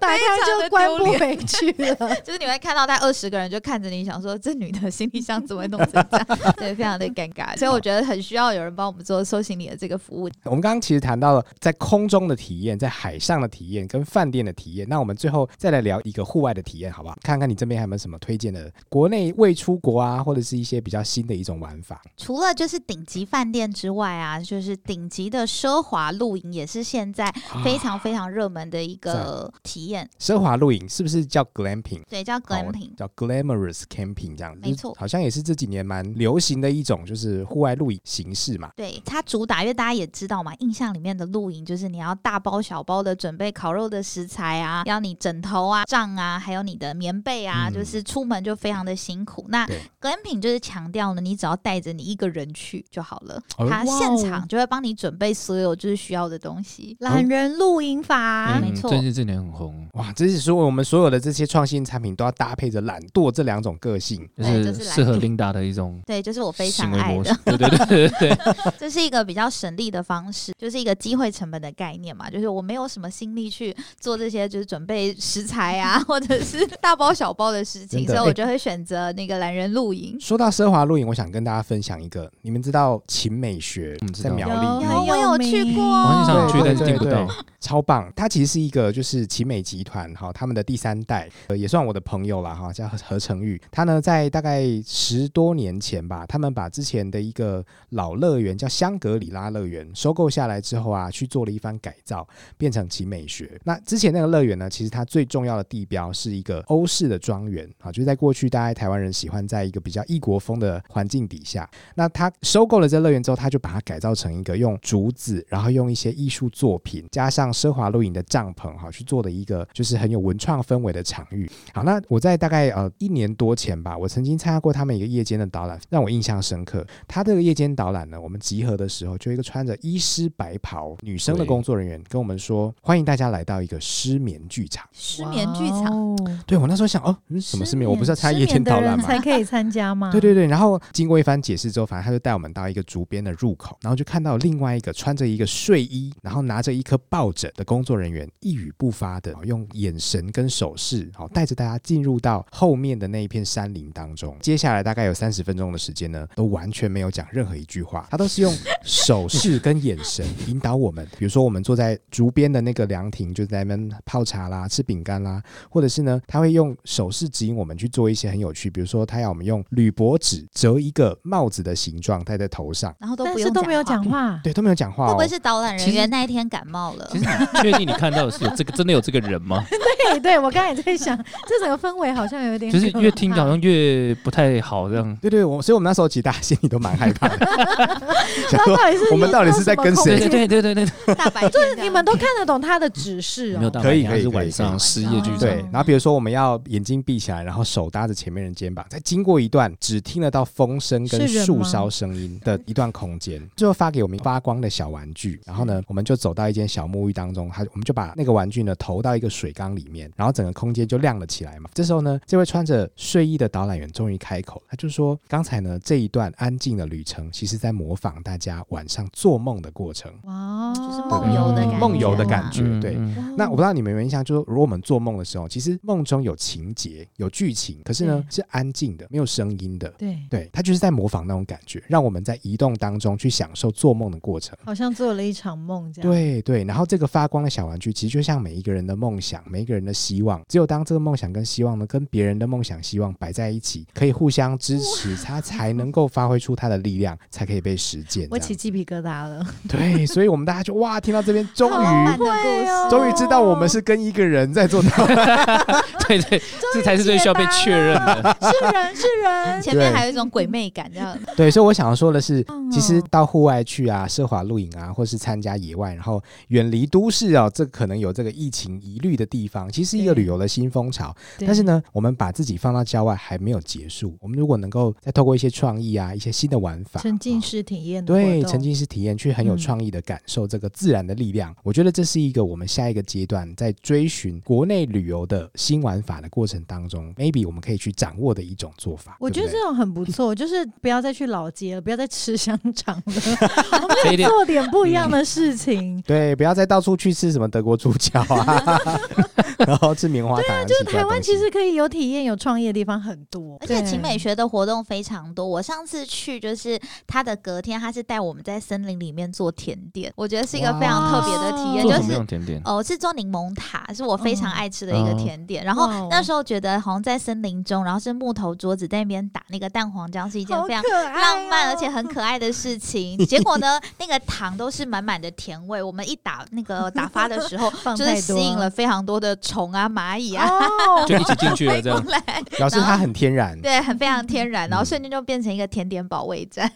[SPEAKER 4] 打开就关不回去了。
[SPEAKER 1] 就是你会看到大概二十个人就看着你，想说这女的行李箱怎么会弄成这样？对，非常的尴尬。所以我觉得很需要有人帮我们做收行李的这个服务。
[SPEAKER 2] 我们刚刚其实谈到了在空中的体验、在海上的体验跟饭店的体验。那我们最后再来聊一个户外的体验，好不好？看看你这边还有没有什么推荐的国内未出国啊，或者是一些比较新的一种玩法。
[SPEAKER 1] 除了就是顶级饭店之外啊，就是顶级的奢华露营也是现在非常非常热门的一个体验，
[SPEAKER 2] 奢华露营是不是叫 glamping？
[SPEAKER 1] 对，叫
[SPEAKER 2] 哦
[SPEAKER 1] glamping。
[SPEAKER 2] 叫 glamorous camping 这样子，
[SPEAKER 1] 没错
[SPEAKER 2] 好像也是这几年蛮流行的一种，就是户外露营形式嘛。
[SPEAKER 1] 对它主打，因为大家也知道嘛，印象里面的露营就是你要大包小包的准备烤肉的食材啊，要你枕头啊、帐啊，还有你的棉被啊，
[SPEAKER 2] 嗯
[SPEAKER 1] 就是出门就非常的辛苦。那
[SPEAKER 2] 对
[SPEAKER 1] glamping 就是强调呢，你只要带着你一个人去就好了，
[SPEAKER 2] 哦
[SPEAKER 1] 它现
[SPEAKER 4] 哇哦
[SPEAKER 1] 场就会帮你准备所有就是需要的东西。
[SPEAKER 4] 懒人露营法
[SPEAKER 1] 嗯，没错
[SPEAKER 3] 最近这年很红，
[SPEAKER 2] 哇，这是说我们所有的这些创新产品都要搭配着懒惰这两种个性。
[SPEAKER 3] 就
[SPEAKER 1] 对
[SPEAKER 3] 是
[SPEAKER 1] 就是来
[SPEAKER 3] 适合琳达的一种
[SPEAKER 1] 对，就是我非
[SPEAKER 3] 行
[SPEAKER 1] 常
[SPEAKER 3] 为
[SPEAKER 1] 爱
[SPEAKER 3] 模
[SPEAKER 1] 的
[SPEAKER 3] 式。。对对对对对对，
[SPEAKER 1] 这是一个比较省力的方式，就是一个机会成本的概念嘛，就是我没有什么心力去做这些，就是准备食材 啊，或者是大包小包的事情，
[SPEAKER 2] 真的
[SPEAKER 1] 所以我就会选择那个懒人露营。
[SPEAKER 2] 说到奢华露营，我想跟大家分享一个，你们知道秦美学
[SPEAKER 3] 我
[SPEAKER 1] 嗯
[SPEAKER 3] 们知
[SPEAKER 2] 在
[SPEAKER 3] 道
[SPEAKER 2] 苗
[SPEAKER 4] 哎有
[SPEAKER 2] 栗
[SPEAKER 4] 很
[SPEAKER 1] 哎我有去
[SPEAKER 4] 名
[SPEAKER 1] 过
[SPEAKER 3] 我很想去，
[SPEAKER 2] 对
[SPEAKER 3] 但是
[SPEAKER 2] 对
[SPEAKER 3] 订不到
[SPEAKER 2] 对。超棒！它其实是一个就是奇美集团哈，他们的第三代，呃也算我的朋友啦哈，叫何成玉。他呢在大概十多年前吧，他们把之前的一个老乐园叫香格里拉乐园收购下来之后啊，去做了一番改造，变成奇美学。那之前那个乐园呢，其实它最重要的地标是一个欧式的庄园啊，就是在过去大概台湾人喜欢在一个比较异国风的环境底下，那他收购了这乐园之后，他就把它改造成一个用竹子，然后用一些艺术作品，加上奢华露营的帐篷，哈，去做的一个就是很有文创氛围的场域。好，那我在大概呃一年多前吧，我曾经参加过他们一个夜间的导览，让我印象深刻。他这个夜间导览呢，我们集合的时候，就有一个穿着医师白袍女生的
[SPEAKER 3] 对
[SPEAKER 2] 工作人员跟我们说，欢迎大家来到一个失眠剧场。
[SPEAKER 1] 失眠剧场，
[SPEAKER 4] 哇哦，
[SPEAKER 2] 对我那时候想，哦，嗯，什么失眠？我不是要参加夜间导览
[SPEAKER 4] 失眠的人
[SPEAKER 2] 吗？
[SPEAKER 4] 才可以参加吗？
[SPEAKER 2] 对对对，然后经过一番解释之后，反正他就带我们到一个竹编的入口，然后就看到另外一个穿着一个睡衣，然后拿着一颗抱枕的工作人员，一语不发的用眼神跟手势，好带着大家进入到后面的那一片山林当中。接下来大概有三十分钟的时间呢，都完全没有讲任何一句话，他都是用手势跟眼神引导我们。比如说，我们坐在竹编的那个凉亭，就在那边泡茶啦、吃饼干啦，或者是呢，他会用手势指引我们去做一些很有趣，比如说他要我们用铝箔纸折一个帽子的形状戴在头上，
[SPEAKER 1] 然后都
[SPEAKER 4] 但
[SPEAKER 1] 不
[SPEAKER 4] 是
[SPEAKER 1] 用
[SPEAKER 4] 都没有
[SPEAKER 1] 讲
[SPEAKER 4] 讲
[SPEAKER 1] 话。
[SPEAKER 4] 话。
[SPEAKER 2] 对，都没有讲话、哦，
[SPEAKER 1] 会不会是导览人
[SPEAKER 3] 其实
[SPEAKER 1] 员那一天感冒了
[SPEAKER 3] 其？实你确定你看到的是有这个真的有这个人吗？
[SPEAKER 4] 对对，我刚才也在想，这整个氛围好像有点
[SPEAKER 3] 就是
[SPEAKER 4] 可
[SPEAKER 3] 越听
[SPEAKER 4] 怕
[SPEAKER 3] 好像越不太好这样。
[SPEAKER 2] 对对，我所以我们那时候其实大家心里都蛮 害怕的，想
[SPEAKER 4] 那
[SPEAKER 2] 说
[SPEAKER 4] 到底是
[SPEAKER 2] 我们到底是在跟谁
[SPEAKER 3] 对
[SPEAKER 4] 遇到
[SPEAKER 3] 对对对对
[SPEAKER 4] 什么空间
[SPEAKER 3] 对，
[SPEAKER 4] 哦
[SPEAKER 1] 大白天这样
[SPEAKER 4] 你们都看得懂他的指示哦，
[SPEAKER 3] 没有大
[SPEAKER 2] 可
[SPEAKER 3] 白
[SPEAKER 2] 以
[SPEAKER 3] 天，
[SPEAKER 2] 可以
[SPEAKER 3] 还是
[SPEAKER 2] 可以可以
[SPEAKER 3] 晚上失业剧场。
[SPEAKER 4] 哦
[SPEAKER 2] 对，然后比如说我们要眼睛闭起来，然后手搭着前面人肩膀，再经过一段只听得到风声跟
[SPEAKER 4] 是人
[SPEAKER 2] 树
[SPEAKER 4] 吗
[SPEAKER 2] 梢声音的一段空间，最后发给我们发光的小玩具，然后呢，我们就走到一间小沐浴当中，它我们就把那个玩具呢投到一个水缸里面，然后整个空间就亮了起来嘛。这时候呢，这位穿着睡衣的导览员终于开口，他就说：“刚才呢这一段安静的旅程，其实在模仿大家晚上做梦的过程。”嗯
[SPEAKER 4] 哇哦，
[SPEAKER 1] 就是梦游的感觉
[SPEAKER 2] 梦游的感
[SPEAKER 1] 嘛
[SPEAKER 2] 觉，
[SPEAKER 3] 嗯
[SPEAKER 2] 对，
[SPEAKER 4] 哇哦
[SPEAKER 2] 那我不知道你们有没有印象，就是如果我们做梦的时候，其实梦中有情节、有剧情，可是呢是安静的，没有声音的。
[SPEAKER 4] 对，
[SPEAKER 2] 对，它就是在模仿那种感觉，让我们在移动当中去享受做梦的过程。
[SPEAKER 4] 好像做了一场梦这样。
[SPEAKER 2] 对对，然后这个发光的小玩具，其实就像每一个人的梦想，每一个人的希望。只有当这个梦想跟希望呢，跟别人的梦想、希望摆摆在一起，可以互相支持，它才能够发挥出它的力量，才可以被实践。
[SPEAKER 4] 我
[SPEAKER 2] 这样
[SPEAKER 4] 起鸡皮疙瘩了，
[SPEAKER 2] 对，所以我们大家就哇，听到这边终
[SPEAKER 4] 好浪漫
[SPEAKER 2] 于
[SPEAKER 4] 的故事，
[SPEAKER 2] 终于知道我们是跟一个人在做到，
[SPEAKER 3] 对对，这才是最需要被确认的。
[SPEAKER 4] 是人是 人，
[SPEAKER 1] 前面
[SPEAKER 2] 对
[SPEAKER 1] 还有一种鬼魅感，这样
[SPEAKER 2] 对，所以我想要说的是
[SPEAKER 4] 棒，
[SPEAKER 2] 其实
[SPEAKER 4] 哦
[SPEAKER 2] 到户外去啊，奢华露营啊，或是参加野外，然后远离都市啊，这可能有这个疫情疑虑的地方，其实是一个
[SPEAKER 4] 对
[SPEAKER 2] 旅游的新风潮。
[SPEAKER 4] 对
[SPEAKER 2] 但是呢，我们把自己放到郊外还没有结束，我们如果能够再透过一些创意啊，一些新的玩法，
[SPEAKER 4] 沉浸
[SPEAKER 2] 啊
[SPEAKER 4] 式体验的活动
[SPEAKER 2] 对，沉浸式体验，去很有
[SPEAKER 4] 嗯
[SPEAKER 2] 创意的感受这个自然的力量。我觉得这是一个我们下一个阶段在追寻国内旅游的新玩法的过程当中，maybe 我们可以去掌握的一种做法。
[SPEAKER 4] 我觉得
[SPEAKER 2] 对
[SPEAKER 4] 这种很不错，就是不要再去老街了，不要再吃香肠了，
[SPEAKER 3] 这一点
[SPEAKER 4] 做点不一样的事情。
[SPEAKER 2] 不对对，不要再到处去吃什么德国猪脚啊， 然后吃棉花糖啊、就是
[SPEAKER 4] 台湾其实可以有体验、有创意的地方很多，
[SPEAKER 1] 而且
[SPEAKER 4] 对
[SPEAKER 1] 秦美学的活动非常多，我上次去就是他的隔天，他是带我们在森林里面做甜点，我觉得是一个非常特别的体验，
[SPEAKER 3] 做什
[SPEAKER 1] 就
[SPEAKER 3] 么
[SPEAKER 1] 是
[SPEAKER 3] 样。甜点？
[SPEAKER 1] 哦，是做柠檬塔，是我非常
[SPEAKER 4] 嗯
[SPEAKER 1] 爱吃的一个
[SPEAKER 3] 哦
[SPEAKER 1] 甜点。然
[SPEAKER 4] 哇
[SPEAKER 1] 后
[SPEAKER 4] 哦
[SPEAKER 1] 那时候觉得好像在森林中，然后是木头桌子在那边打那个蛋黄浆，是一件
[SPEAKER 4] 好
[SPEAKER 1] 非常
[SPEAKER 4] 可爱哦
[SPEAKER 1] 浪漫而且很可爱的事情。 结果呢，那个糖都是满满的甜味，我们一打那个打发的时候
[SPEAKER 4] 放，
[SPEAKER 1] 就
[SPEAKER 4] 太
[SPEAKER 1] 是
[SPEAKER 4] 多
[SPEAKER 1] 吸引了非常多的虫啊、蚂蚁啊。
[SPEAKER 4] 哦，
[SPEAKER 3] 就一起进去了，这
[SPEAKER 1] 过
[SPEAKER 3] 样
[SPEAKER 1] 来，
[SPEAKER 2] 表示
[SPEAKER 1] 然后
[SPEAKER 2] 它很天然。
[SPEAKER 1] 对，很非常天然，然后
[SPEAKER 2] 嗯
[SPEAKER 1] 瞬间就变成一个甜点保卫战。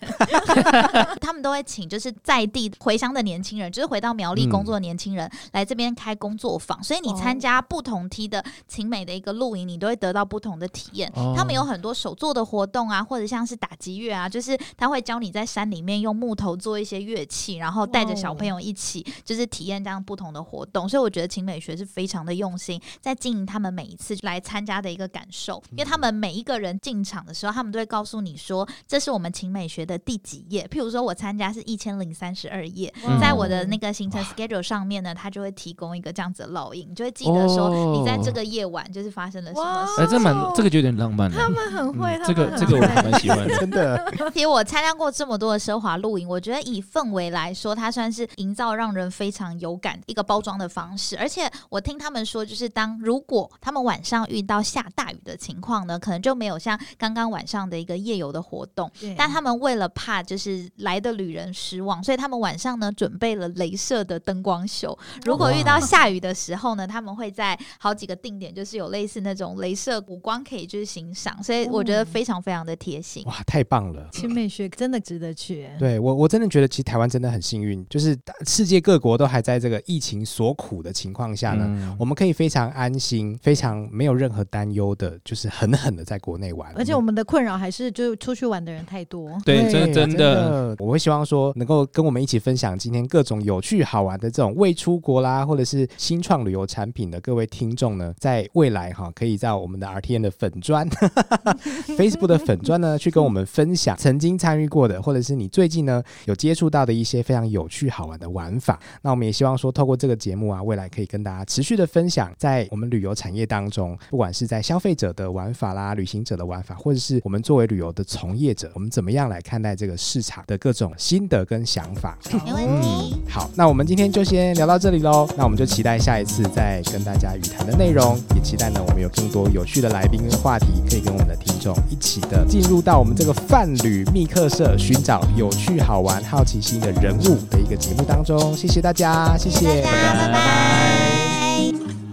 [SPEAKER 1] 他们都会请就是在地回乡的年轻人，就是回到苗栗工作的年轻人、来这边开工作坊，所以你
[SPEAKER 4] 哦
[SPEAKER 1] 参加不同梯的晴美的一个露营，你都会得到不同的体验。
[SPEAKER 3] 哦
[SPEAKER 1] 他们有很多手做的活动啊，或者像是打击乐啊，就是他会教你在山里面用木头做一些乐器，然后带着
[SPEAKER 3] 哦
[SPEAKER 1] 小朋友一起就是体验这样不同的活动。所以我觉得晴美学是非常的用心，在经营他们每一次来参加的一个感受，因为他
[SPEAKER 3] 嗯
[SPEAKER 1] 们每一个人进场的时候，他们都会告诉你说这是我们晴美学的第几页。譬如说我参加是一千零三十二页，
[SPEAKER 3] 嗯
[SPEAKER 1] 在我的那个行程 schedule 上面呢，它就会提供一个这样子的烙印，你就会记得说
[SPEAKER 3] 哦
[SPEAKER 1] 你在这个夜晚就是发生了什么
[SPEAKER 4] 哇
[SPEAKER 1] 事。
[SPEAKER 3] 哎，这蛮这个就有点浪漫
[SPEAKER 4] 哦他
[SPEAKER 3] 了。嗯
[SPEAKER 4] 们很会，
[SPEAKER 3] 这个这个我还蛮喜 欢的。
[SPEAKER 2] 真的，
[SPEAKER 1] 其实我参加过这么多的奢华露营，我觉得以氛围来说，它算是营造让人非常有感一个包装的方式。而且我听他们说，就是当如果他们晚上遇到下大雨的情况呢，可能就没有像刚刚晚上的一个夜游的活动。但他们为了怕就是来的旅人失望，所以他们晚上呢准备了镭射的灯光秀。如果遇到下雨的时候呢，他们会在好几个定点，就是有类似那种镭射谷光可以去欣赏，所以我觉得非常非常的贴心。
[SPEAKER 2] 哇，太棒了！
[SPEAKER 4] 青美学真的值得去，
[SPEAKER 2] 对我，我真的觉得，其实台湾真的很幸运，就是大世界各国都还在这个疫情所苦的情况下呢，
[SPEAKER 3] 嗯
[SPEAKER 2] 我们可以非常安心、非常没有任何担忧的，就是狠狠的在国内玩。
[SPEAKER 4] 而且我们的困扰还是就是出去玩的人太多。
[SPEAKER 3] 对，真
[SPEAKER 2] 真
[SPEAKER 3] 真的，
[SPEAKER 2] 我会希望说能够跟我们一起分享今天各种有趣好玩的这种未出国啦，或者是新创旅游产品的各位听众呢，在未来哈，可以在我们的 RTN 的粉砖 Facebook 的粉砖呢，去跟我们分享曾经参与过的，或者是你最近呢有接触到的一些非常有趣好玩的玩法。那我们也希望说，透过这个节目啊，未来可以跟大家持续的分享，在我们旅游产业当中，不管是在消费者的玩法啦、旅行者的玩法，或者是我们作为旅游的从业者，我们怎么样来看待这个市场的各种心得跟想法。
[SPEAKER 1] 没问题。
[SPEAKER 2] 好，那我们今天就先聊到这里喽。那我们就期待下一次再跟大家语谈的内容，也期待呢我们有更多有趣的来宾跟话题，可以跟我们的听众一起的进入到我们这个泛旅密客社，寻找有趣、好玩、好奇心的人物的一个节目当中。谢谢大家，谢谢，
[SPEAKER 1] 谢谢大家，拜拜